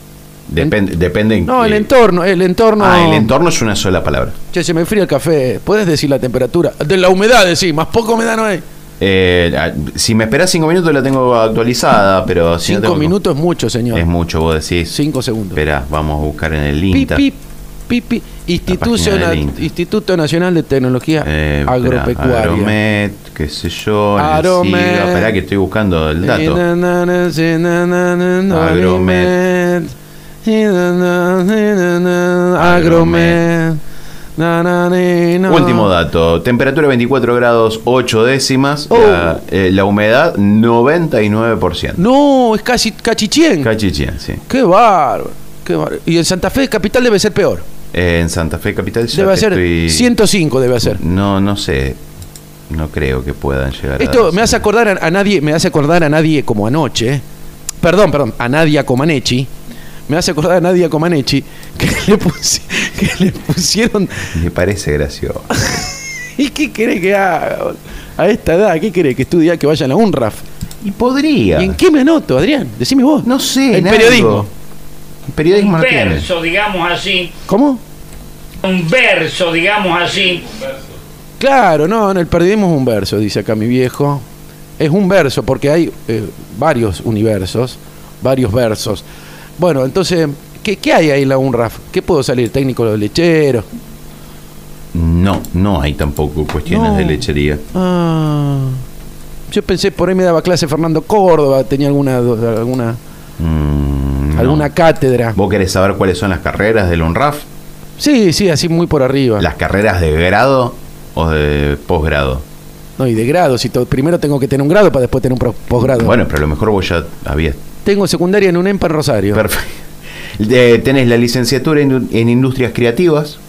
[SPEAKER 3] Depende, depende en
[SPEAKER 4] No, el
[SPEAKER 3] qué-
[SPEAKER 4] entorno. El entorno.
[SPEAKER 3] Ah, el entorno es una sola palabra.
[SPEAKER 4] Che, se me fría el café. ¿Puedes decir la temperatura? De la humedad, decís. Más poca humedad no hay.
[SPEAKER 3] Eh, ah, si me esperás cinco minutos la tengo actualizada, pero si no
[SPEAKER 4] Cinco
[SPEAKER 3] tengo-
[SPEAKER 4] minutos es mucho, señor.
[SPEAKER 3] es mucho, vos decís.
[SPEAKER 4] Cinco segundos.
[SPEAKER 3] Esperá, vamos a buscar en el
[SPEAKER 4] Pi,
[SPEAKER 3] INTA.
[SPEAKER 4] pi, pi, pi. Instituto,
[SPEAKER 3] página del
[SPEAKER 4] Na-
[SPEAKER 3] INTA.
[SPEAKER 4] Instituto Nacional de Tecnología
[SPEAKER 3] Eh, esperá,
[SPEAKER 4] Agropecuaria.
[SPEAKER 3] Aromet, qué sé yo. la
[SPEAKER 4] Aromet.
[SPEAKER 3] sigla. Esperá que estoy buscando el dato.
[SPEAKER 4] Eh, na, na, na, si, na, na, na, na,
[SPEAKER 3] Agromet.
[SPEAKER 4] si, na, na, si, na, na, Agromet. Na, na, ni, na.
[SPEAKER 3] Último dato, temperatura 24 grados 8 décimas,
[SPEAKER 4] Oh.
[SPEAKER 3] la, eh, la humedad 99%.
[SPEAKER 4] No, es casi cachichén.
[SPEAKER 3] Cachichén, sí.
[SPEAKER 4] qué bárbaro. Qué bárbaro. Y en Santa Fe, capital, debe ser peor.
[SPEAKER 3] Eh, en Santa Fe Capital ya
[SPEAKER 4] Debe
[SPEAKER 3] te
[SPEAKER 4] ser
[SPEAKER 3] estoy-
[SPEAKER 4] 105, debe ser.
[SPEAKER 3] No, no sé. No creo que puedan llegar a
[SPEAKER 4] Esto
[SPEAKER 3] dar-
[SPEAKER 4] me hace acordar a, a nadie, me hace acordar a nadie como anoche. Perdón, perdón, a Nadia Comaneci. Me hace acordar a Nadia Comaneci que le, pusi- que le pusieron.
[SPEAKER 3] Me parece gracioso.
[SPEAKER 4] ¿Y qué cree que haga? bol- A esta edad, ¿qué cree? Que estudie que vayan a UNRAF.
[SPEAKER 3] Y podría.
[SPEAKER 4] ¿Y en qué me anoto, Adrián? Decime vos.
[SPEAKER 3] No sé.
[SPEAKER 4] En
[SPEAKER 3] en algo.
[SPEAKER 4] periodismo.
[SPEAKER 3] En Periodismo
[SPEAKER 6] Un
[SPEAKER 3] no tiene.
[SPEAKER 6] verso, digamos así.
[SPEAKER 4] ¿Cómo?
[SPEAKER 6] Un verso, digamos así.
[SPEAKER 4] Claro, no, en el periodismo es un verso, dice acá mi viejo. Es un verso, porque hay eh, varios universos, varios versos. Bueno, entonces, ¿qué, qué hay ahí en la UNRAF? ¿Qué puedo salir? ¿Técnico de lechero?
[SPEAKER 3] No, no hay tampoco cuestiones
[SPEAKER 4] No.
[SPEAKER 3] de lechería.
[SPEAKER 4] Ah, yo pensé, por ahí me daba clase Fernando Córdoba, tenía alguna, do- alguna,
[SPEAKER 3] Mm, no.
[SPEAKER 4] alguna cátedra.
[SPEAKER 3] ¿Vos querés saber cuáles son las carreras del UNRAF?
[SPEAKER 4] Sí, sí, así muy por arriba.
[SPEAKER 3] ¿Las carreras de grado o de posgrado?
[SPEAKER 4] No, y de grados y todo. Primero tengo que tener un grado para después tener un pro- posgrado.
[SPEAKER 3] Bueno, pero a lo mejor vos ya habías
[SPEAKER 4] Tengo secundaria en un en Rosario.
[SPEAKER 3] Perfecto. Eh, tenés la licenciatura en, en industrias creativas,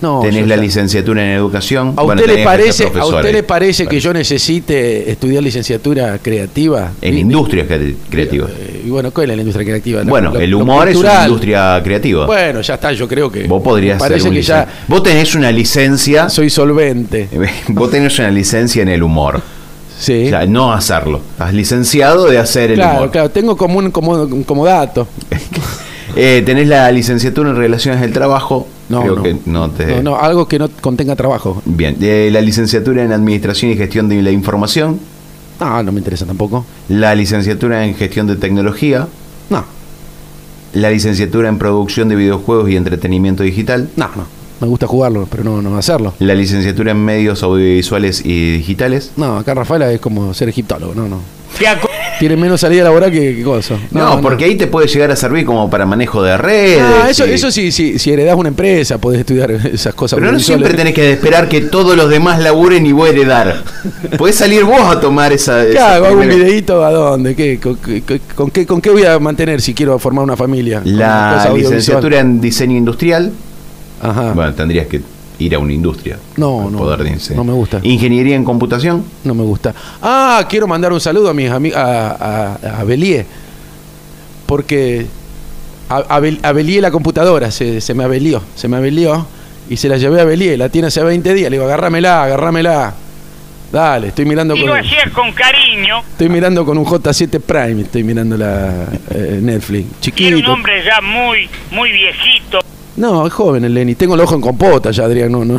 [SPEAKER 4] no,
[SPEAKER 3] tenés
[SPEAKER 4] yo
[SPEAKER 3] la
[SPEAKER 4] ya-
[SPEAKER 3] licenciatura en educación.
[SPEAKER 4] ¿A
[SPEAKER 3] Bueno,
[SPEAKER 4] usted, le
[SPEAKER 3] tenés que ser
[SPEAKER 4] parece, ¿A
[SPEAKER 3] profesor
[SPEAKER 4] usted
[SPEAKER 3] ahí.
[SPEAKER 4] le parece que
[SPEAKER 3] Bueno,
[SPEAKER 4] yo necesite estudiar licenciatura creativa?
[SPEAKER 3] En
[SPEAKER 4] Y-
[SPEAKER 3] industrias cre- creativas.
[SPEAKER 4] eh, Y bueno, ¿cuál es la industria creativa? Lo-
[SPEAKER 3] bueno,
[SPEAKER 4] lo-
[SPEAKER 3] el
[SPEAKER 4] lo
[SPEAKER 3] humor es una
[SPEAKER 4] cultural.
[SPEAKER 3] industria creativa.
[SPEAKER 4] Bueno, ya está, yo creo que.
[SPEAKER 3] Vos podrías
[SPEAKER 4] me Parece
[SPEAKER 3] ser un
[SPEAKER 4] que
[SPEAKER 3] licen-
[SPEAKER 4] ya
[SPEAKER 3] Vos tenés una licencia.
[SPEAKER 4] soy solvente.
[SPEAKER 3] Eh, Vos tenés una licencia en el humor.
[SPEAKER 4] Sí.
[SPEAKER 3] O sea, no hacerlo. Estás licenciado de hacer el
[SPEAKER 4] claro,
[SPEAKER 3] humor.
[SPEAKER 4] claro, tengo como un como, un- como dato.
[SPEAKER 3] Eh, tenés la licenciatura en relaciones del trabajo.
[SPEAKER 4] No,
[SPEAKER 3] Creo
[SPEAKER 4] no.
[SPEAKER 3] que no te.
[SPEAKER 4] No, no, algo que no contenga trabajo.
[SPEAKER 3] Bien. Eh, la licenciatura en administración y gestión de la información.
[SPEAKER 4] No, no me interesa tampoco.
[SPEAKER 3] la licenciatura en gestión de tecnología,
[SPEAKER 4] No,
[SPEAKER 3] la licenciatura en producción de videojuegos y entretenimiento digital,
[SPEAKER 4] no, no. Me gusta jugarlo, pero no, no hacerlo.
[SPEAKER 3] la licenciatura en medios audiovisuales y digitales.
[SPEAKER 4] No, acá Rafaela es como ser egiptólogo, no, no.
[SPEAKER 6] ¿Te acu-
[SPEAKER 4] Tiene menos salida laboral que, que cosa.
[SPEAKER 3] No, porque ahí te puede llegar a servir como para manejo de redes.
[SPEAKER 4] Ah, eso,
[SPEAKER 3] y-
[SPEAKER 4] eso sí, sí, si heredás una empresa podés estudiar esas cosas.
[SPEAKER 3] Pero no siempre
[SPEAKER 4] audiovisuales.
[SPEAKER 3] tenés que esperar que todos los demás laburen y vos heredar. Podés salir vos a tomar esa...
[SPEAKER 4] ¿Qué
[SPEAKER 3] esa
[SPEAKER 4] hago? ¿Hago un
[SPEAKER 3] primera-
[SPEAKER 4] videíto a dónde? ¿Qué? ¿Con, qué- qué- con qué, con qué voy a mantener si quiero formar una familia? Con una cosa
[SPEAKER 3] La
[SPEAKER 4] audiovisual.
[SPEAKER 3] licenciatura en diseño industrial.
[SPEAKER 4] Ajá.
[SPEAKER 3] Bueno, tendrías que ir a una industria.
[SPEAKER 4] No,
[SPEAKER 3] al
[SPEAKER 4] no,
[SPEAKER 3] poder de diseño.
[SPEAKER 4] no me gusta.
[SPEAKER 3] Ingeniería en computación.
[SPEAKER 4] No me gusta. Ah, quiero mandar un saludo a mis amigos, a, a, a Belie. Porque a, a Bel- a Belie la computadora, se, se me abelió, se me abelió y se la llevé a Belie, la tiene hace 20 días, le digo, agárramela, agárramela. Dale, estoy mirando
[SPEAKER 7] Y
[SPEAKER 4] con
[SPEAKER 7] lo hacías con cariño.
[SPEAKER 4] Estoy mirando con un J7 Prime, estoy mirando la eh,
[SPEAKER 7] Y
[SPEAKER 4] Netflix.
[SPEAKER 7] era un
[SPEAKER 4] Chiquito.
[SPEAKER 7] hombre ya muy, muy viejito.
[SPEAKER 4] No, es joven el Lenny. Tengo el ojo en compota ya, Adrián. No, no.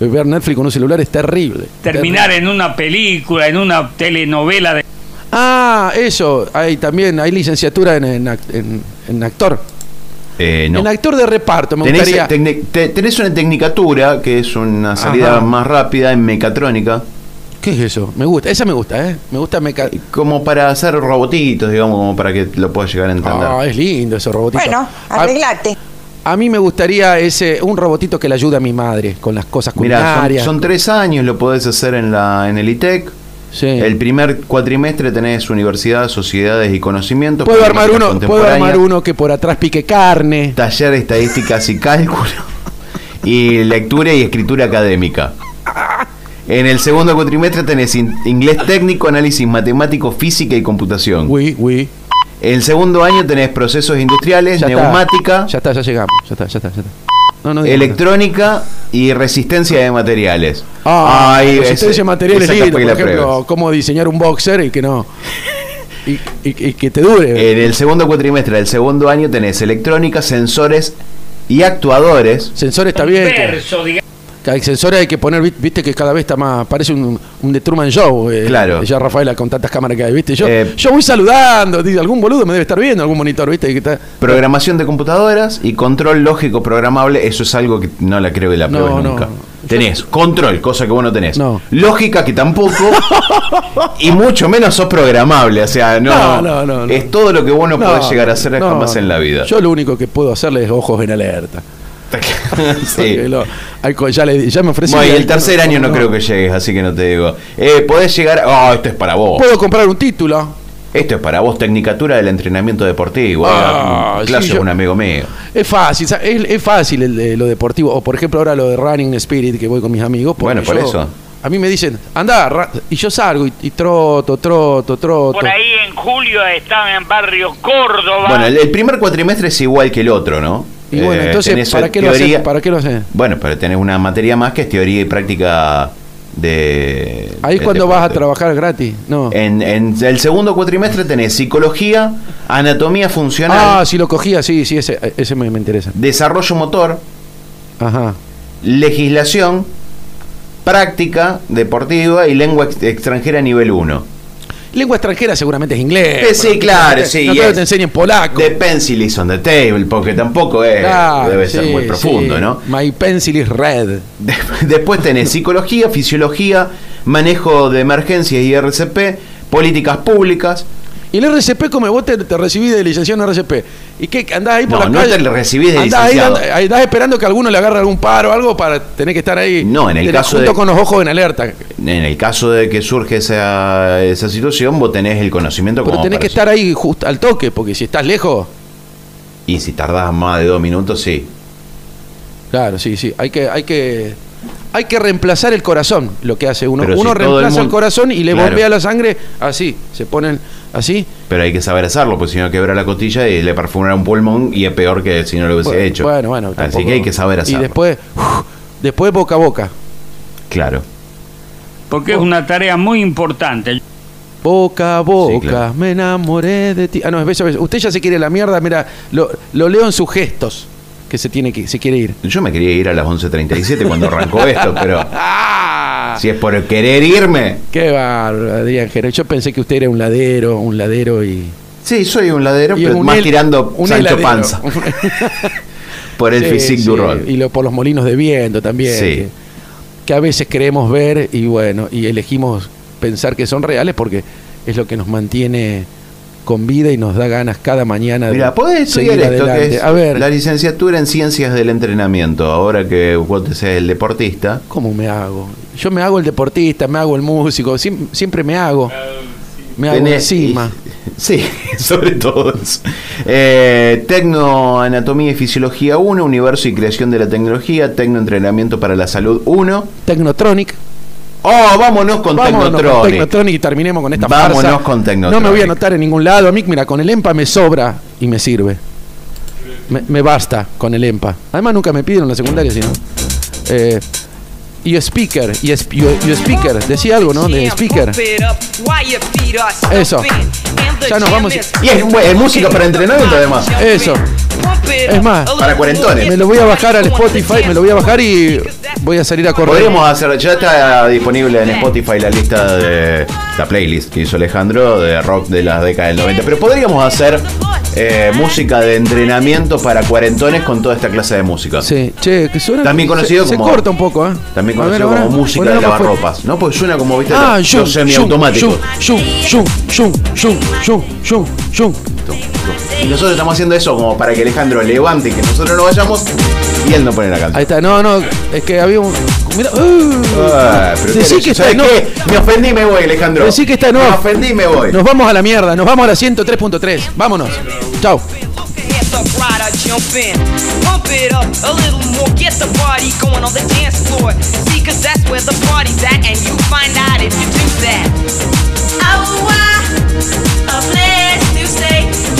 [SPEAKER 4] Ver Netflix con un celular es terrible.
[SPEAKER 6] terminar en una película, en una telenovela de
[SPEAKER 4] Terrible. Ah, eso. Hay también, hay licenciatura en, en act- en- en actor.
[SPEAKER 3] Eh, no.
[SPEAKER 4] En actor de reparto, me
[SPEAKER 3] Tenés,
[SPEAKER 4] gustaría.
[SPEAKER 3] tecnic- te- tenés una tecnicatura, que es una salida
[SPEAKER 4] Ajá.
[SPEAKER 3] más rápida en mecatrónica,
[SPEAKER 4] ¿Qué es eso? Me gusta, esa me gusta, ¿eh? Me gusta meca...
[SPEAKER 3] como para hacer robotitos, digamos, como para que lo puedas llegar a entender.
[SPEAKER 4] Ah, es lindo ese robotito.
[SPEAKER 5] Bueno,
[SPEAKER 3] Ah.
[SPEAKER 4] A-
[SPEAKER 5] arreglate.
[SPEAKER 4] A, mí me gustaría ese un robotito que le ayude a mi madre con las cosas
[SPEAKER 3] Mirá, son,
[SPEAKER 4] culinarias.
[SPEAKER 3] son tres años, lo podés hacer en, la, en el ITEC.
[SPEAKER 4] Sí.
[SPEAKER 3] El primer cuatrimestre tenés universidad, sociedades y conocimientos.
[SPEAKER 4] Puedo armar
[SPEAKER 3] problemática
[SPEAKER 4] uno, puedo armar
[SPEAKER 3] contemporánea,
[SPEAKER 4] uno que por atrás pique carne.
[SPEAKER 3] Taller de estadísticas y cálculo. Y lectura y escritura académica. En el segundo cuatrimestre tenés in- inglés técnico, análisis matemático, física y computación.
[SPEAKER 4] Oui, oui.
[SPEAKER 3] El segundo año tenés procesos industriales, neumática,
[SPEAKER 4] Está. Ya está, ya llegamos. Ya está, ya está, ya está. No, no digas
[SPEAKER 3] Electrónica y resistencia de materiales.
[SPEAKER 4] Ah,
[SPEAKER 3] Ay,
[SPEAKER 4] pues,
[SPEAKER 3] ese-
[SPEAKER 4] ustedes ese material es
[SPEAKER 3] esa
[SPEAKER 4] lindo,
[SPEAKER 3] capaz
[SPEAKER 4] por
[SPEAKER 3] que la
[SPEAKER 4] ejemplo,
[SPEAKER 3] pruebes.
[SPEAKER 4] cómo diseñar un boxer y que no. Y, y- y que te dure.
[SPEAKER 3] En el segundo cuatrimestre del segundo año tenés electrónica, sensores y actuadores.
[SPEAKER 4] sensores está
[SPEAKER 6] Un
[SPEAKER 4] bien. que-
[SPEAKER 6] verso, digamos.
[SPEAKER 4] que hay sensores hay que poner, vi- viste que cada vez está más. Parece un, un The Truman Show. eh,
[SPEAKER 3] Claro.
[SPEAKER 4] Ya Rafaela con tantas cámaras que hay, viste. Yo,
[SPEAKER 3] Eh,
[SPEAKER 4] yo voy saludando, digo, algún boludo me debe estar viendo, algún monitor, viste. Que está,
[SPEAKER 3] Programación de computadoras y control lógico programable, eso es algo que no la creo que la
[SPEAKER 4] No,
[SPEAKER 3] pruebes
[SPEAKER 4] no.
[SPEAKER 3] nunca. Tenés control, cosa que vos no tenés.
[SPEAKER 4] No.
[SPEAKER 3] Lógica que tampoco. y mucho menos sos programable. O sea, no,
[SPEAKER 4] No, no, no, no.
[SPEAKER 3] Es todo lo que vos no,
[SPEAKER 4] No,
[SPEAKER 3] podés llegar a hacer
[SPEAKER 4] no,
[SPEAKER 3] jamás en la vida.
[SPEAKER 4] Yo lo único que puedo hacerle es ojos en alerta.
[SPEAKER 3] Sí.
[SPEAKER 4] Porque lo- hay co- ya, le- ya me ofrecí.
[SPEAKER 3] Bueno, y el tercer año no creo que llegues, así que no te digo. Eh, podés llegar. Oh, esto es para vos.
[SPEAKER 4] Puedo comprar un título.
[SPEAKER 3] Esto es para vos, Tecnicatura del Entrenamiento Deportivo.
[SPEAKER 4] Ah,
[SPEAKER 3] Ah, clase
[SPEAKER 4] sí,
[SPEAKER 3] de
[SPEAKER 4] yo-
[SPEAKER 3] un amigo mío.
[SPEAKER 4] Es fácil, sa- es, es fácil el de lo deportivo. O por ejemplo ahora lo de Running Spirit que voy con mis amigos. porque
[SPEAKER 3] Bueno, por
[SPEAKER 4] yo-
[SPEAKER 3] eso.
[SPEAKER 4] A mí me dicen, anda, ra-", y yo salgo y, y troto, troto, troto.
[SPEAKER 7] Por ahí en julio estaba en barrio Córdoba.
[SPEAKER 3] Bueno, el, el primer cuatrimestre es igual que el otro, ¿no?
[SPEAKER 4] Y bueno,
[SPEAKER 3] Eh,
[SPEAKER 4] entonces,
[SPEAKER 3] tenés
[SPEAKER 4] ¿para qué, lo
[SPEAKER 3] teoría-
[SPEAKER 4] haces? ¿para qué lo haces?
[SPEAKER 3] Bueno, pero tenés una materia más que es teoría y práctica de.
[SPEAKER 4] Ahí es
[SPEAKER 3] del
[SPEAKER 4] cuando vas a
[SPEAKER 3] deporte.
[SPEAKER 4] trabajar gratis. No.
[SPEAKER 3] En, en el segundo cuatrimestre tenés psicología, anatomía funcional,
[SPEAKER 4] ah, si lo cogía, sí, sí, ese, ese me, me interesa.
[SPEAKER 3] desarrollo motor,
[SPEAKER 4] Ajá.
[SPEAKER 3] legislación, práctica deportiva y lengua ex- extranjera nivel 1.
[SPEAKER 4] Lengua extranjera seguramente es inglés.
[SPEAKER 3] Eh, sí,
[SPEAKER 4] pero-
[SPEAKER 3] claro, sí,
[SPEAKER 4] No creo que
[SPEAKER 3] es-
[SPEAKER 4] te enseñen polaco.
[SPEAKER 3] The pencil is on the table, porque tampoco es,
[SPEAKER 4] Claro,
[SPEAKER 3] debe ser
[SPEAKER 4] sí,
[SPEAKER 3] muy profundo,
[SPEAKER 4] sí.
[SPEAKER 3] ¿no?
[SPEAKER 4] My pencil is red.
[SPEAKER 3] De- Después tenés psicología, fisiología, manejo de emergencias y RCP, políticas públicas.
[SPEAKER 4] Y el RCP, como vos te, te recibís de licenciado en RCP. ¿Y qué? Andás ahí por
[SPEAKER 3] No,
[SPEAKER 4] la
[SPEAKER 3] no
[SPEAKER 4] calle.
[SPEAKER 3] te le recibís de
[SPEAKER 4] andás
[SPEAKER 3] licenciado.
[SPEAKER 4] Ahí, andás- andás esperando que alguno le agarre algún paro o algo para tener que estar ahí.
[SPEAKER 3] No, en el
[SPEAKER 4] Tenés-
[SPEAKER 3] caso
[SPEAKER 4] junto
[SPEAKER 3] de-
[SPEAKER 4] con los ojos en alerta.
[SPEAKER 3] En el caso de que surge esa, esa situación, vos tenés el conocimiento
[SPEAKER 4] Pero
[SPEAKER 3] como
[SPEAKER 4] tenés que
[SPEAKER 3] para-
[SPEAKER 4] estar ahí justo al toque, porque si estás lejos.
[SPEAKER 3] Y si tardás más de dos minutos, sí.
[SPEAKER 4] Claro, sí, sí. Hay que, hay que, hay que reemplazar el corazón, lo que hace uno.
[SPEAKER 3] Pero si
[SPEAKER 4] uno
[SPEAKER 3] todo el
[SPEAKER 4] reemplaza el,
[SPEAKER 3] mundo-
[SPEAKER 4] corazón y le
[SPEAKER 3] Claro.
[SPEAKER 4] bombea la sangre así. Se ponen así.
[SPEAKER 3] Pero hay que saber hacerlo, porque si no quebra la costilla y le perfora un pulmón y es peor que si no lo hubiese
[SPEAKER 4] Bueno,
[SPEAKER 3] hecho.
[SPEAKER 4] Bueno, bueno.
[SPEAKER 3] Así
[SPEAKER 4] tampoco-
[SPEAKER 3] que hay que saber hacerlo.
[SPEAKER 4] Y después, uf, después boca a boca.
[SPEAKER 3] Claro.
[SPEAKER 6] Porque es una tarea muy importante.
[SPEAKER 4] Boca a boca,
[SPEAKER 3] claro.
[SPEAKER 4] me enamoré de ti. Ah, no, es beso, beso. Usted ya se quiere ir a la mierda, mira, lo, lo leo en sus gestos que se tiene que, se quiere ir.
[SPEAKER 3] Yo me quería ir a las 11.37 cuando arrancó esto, pero
[SPEAKER 4] ¡Ah!
[SPEAKER 3] si es por querer irme.
[SPEAKER 4] Qué bárbaro, Adrián Jero. Yo pensé que usted era un ladero, un ladero y.
[SPEAKER 3] Sí, soy un ladero,
[SPEAKER 4] y
[SPEAKER 3] pero
[SPEAKER 4] un
[SPEAKER 3] más
[SPEAKER 4] hel-
[SPEAKER 3] tirando
[SPEAKER 4] un
[SPEAKER 3] Sancho
[SPEAKER 4] heladero.
[SPEAKER 3] Panza por el
[SPEAKER 4] Sí,
[SPEAKER 3] physique
[SPEAKER 4] sí,
[SPEAKER 3] du rol.
[SPEAKER 4] Y lo, por los molinos de viento también.
[SPEAKER 3] Sí.
[SPEAKER 4] Que, que a veces queremos ver y bueno, y elegimos pensar que son reales porque es lo que nos mantiene con vida y nos da ganas cada mañana de
[SPEAKER 3] Mira, podés estudiar
[SPEAKER 4] seguir
[SPEAKER 3] esto
[SPEAKER 4] adelante.
[SPEAKER 3] que es
[SPEAKER 4] a ver,
[SPEAKER 3] la licenciatura en ciencias del entrenamiento. Ahora que vos te seas el deportista,
[SPEAKER 4] ¿cómo me hago? Yo me hago el deportista, me hago el músico, siem- siempre, me hago. Me hago
[SPEAKER 3] tenés-
[SPEAKER 4] encima.
[SPEAKER 3] Sí, sobre todo eso. Eh, Tecnoanatomía y Fisiología 1, Universo y Creación de la Tecnología, Tecnoentrenamiento para la Salud 1.
[SPEAKER 4] Technotronic.
[SPEAKER 3] ¡Oh, vámonos con
[SPEAKER 4] Vámonos
[SPEAKER 3] Tecnotronic!
[SPEAKER 4] con Technotronic y terminemos con esta
[SPEAKER 3] Vámonos
[SPEAKER 4] farsa.
[SPEAKER 3] con Technotronic.
[SPEAKER 4] No me voy a anotar en ningún lado. A mí, mira, con el EMPA me sobra y me sirve. Me, me basta con el EMPA. Además, nunca me pidieron la secundaria, sino. Eh, y speaker, y, es- y- y speaker, decía algo, ¿no? De speaker. Eso.
[SPEAKER 8] Eso.
[SPEAKER 4] Ya nos vamos.
[SPEAKER 8] Y es,
[SPEAKER 3] eh,
[SPEAKER 8] bu- es música para entrenamiento además.
[SPEAKER 4] Eso.
[SPEAKER 8] Es más.
[SPEAKER 3] Para cuarentones.
[SPEAKER 8] Me lo voy a bajar al Spotify, me lo voy a bajar y voy a salir a correr.
[SPEAKER 3] Podríamos hacer, ya está disponible en Spotify la lista de la playlist que hizo Alejandro de rock de la década del 90. Pero podríamos hacer eh, música de entrenamiento para cuarentones con toda esta clase de música.
[SPEAKER 4] Sí, che, que suena.
[SPEAKER 3] También conocido
[SPEAKER 4] se,
[SPEAKER 3] como-
[SPEAKER 4] Se corta un poco, ¿eh?
[SPEAKER 3] También
[SPEAKER 4] A ver
[SPEAKER 3] conocido
[SPEAKER 4] ahora,
[SPEAKER 3] como música de
[SPEAKER 4] ponelo más fuerte.
[SPEAKER 3] lavarropas. No, porque suena como, viste,
[SPEAKER 4] Ah,
[SPEAKER 3] los,
[SPEAKER 4] shum,
[SPEAKER 3] los semiautomáticos.
[SPEAKER 4] shum, shum, shum, shum, shum, shum, shum, shum.
[SPEAKER 3] Y nosotros estamos haciendo eso como para que Alejandro levante y que nosotros no vayamos y él no pone la
[SPEAKER 4] Ahí
[SPEAKER 3] canción.
[SPEAKER 4] está, no, no, es que había un. Mirá, uh,
[SPEAKER 3] Ah, pero
[SPEAKER 4] Decí
[SPEAKER 3] ¿qué
[SPEAKER 4] que
[SPEAKER 3] ¿Sabes
[SPEAKER 4] está-
[SPEAKER 3] qué? Me ofendí y me voy, Alejandro.
[SPEAKER 4] Decí que está- no.
[SPEAKER 3] Me ofendí y me voy.
[SPEAKER 4] nos vamos a la mierda, nos vamos a la 103.3. Vámonos. Chao.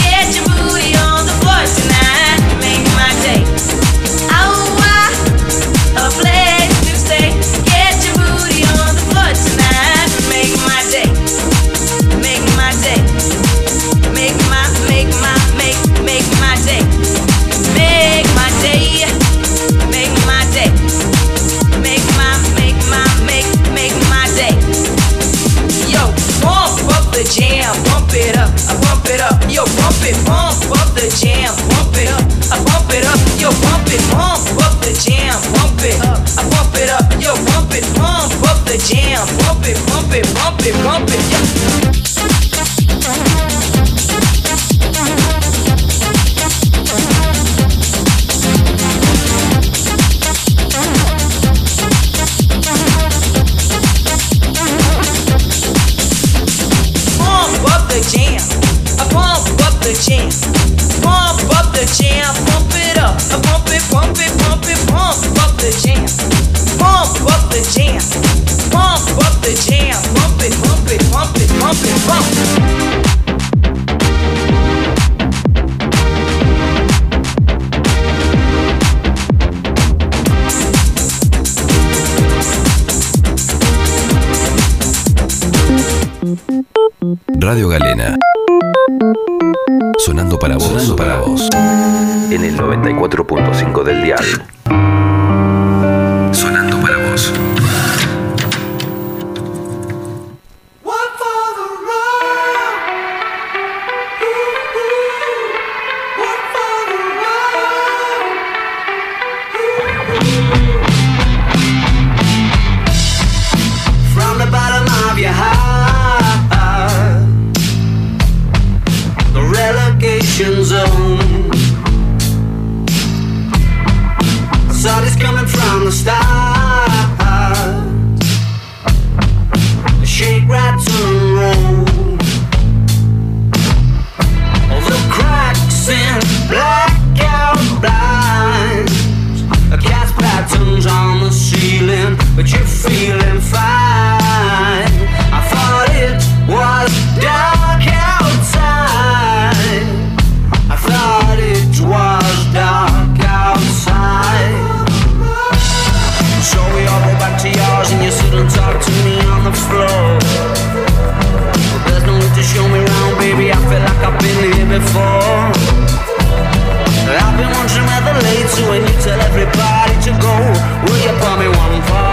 [SPEAKER 8] Get your booty on the floor tonight, make my day. Oh, why?
[SPEAKER 9] pump up the jam, pump it up, I pump it up, yo pump it, pump up the jam, pump it up, I pump it up, yo pump it, pump up the jam, pump it, pump it, pump it, pump it, yo. Pump up the jam, I pump up the jam, pump up the jam, pump it up, I pump it, pump it, pump it, pump up the jam, pump up the jam, pump up the jam, pump it, pump it, pump it, pump it, pump.
[SPEAKER 10] Radio Galena. Sonando para vos, sonando para vos. En el 94.5 del dial. Sonando para vos.
[SPEAKER 9] From the bottom of your heart, the relegation zone.
[SPEAKER 11] I saw this coming from the start.
[SPEAKER 9] Shake right to the road. The cracks in blackout blinds. The cast patterns on the ceiling, but you're feeling fine. I thought it was dark outside. I thought it was dark outside. So we all go back to yours and you sit and talk to me on the floor. But there's no need to show me round, baby. I feel like I've been here before. I've been wondering where the late to when you tell everybody to go. Will you pour me one for?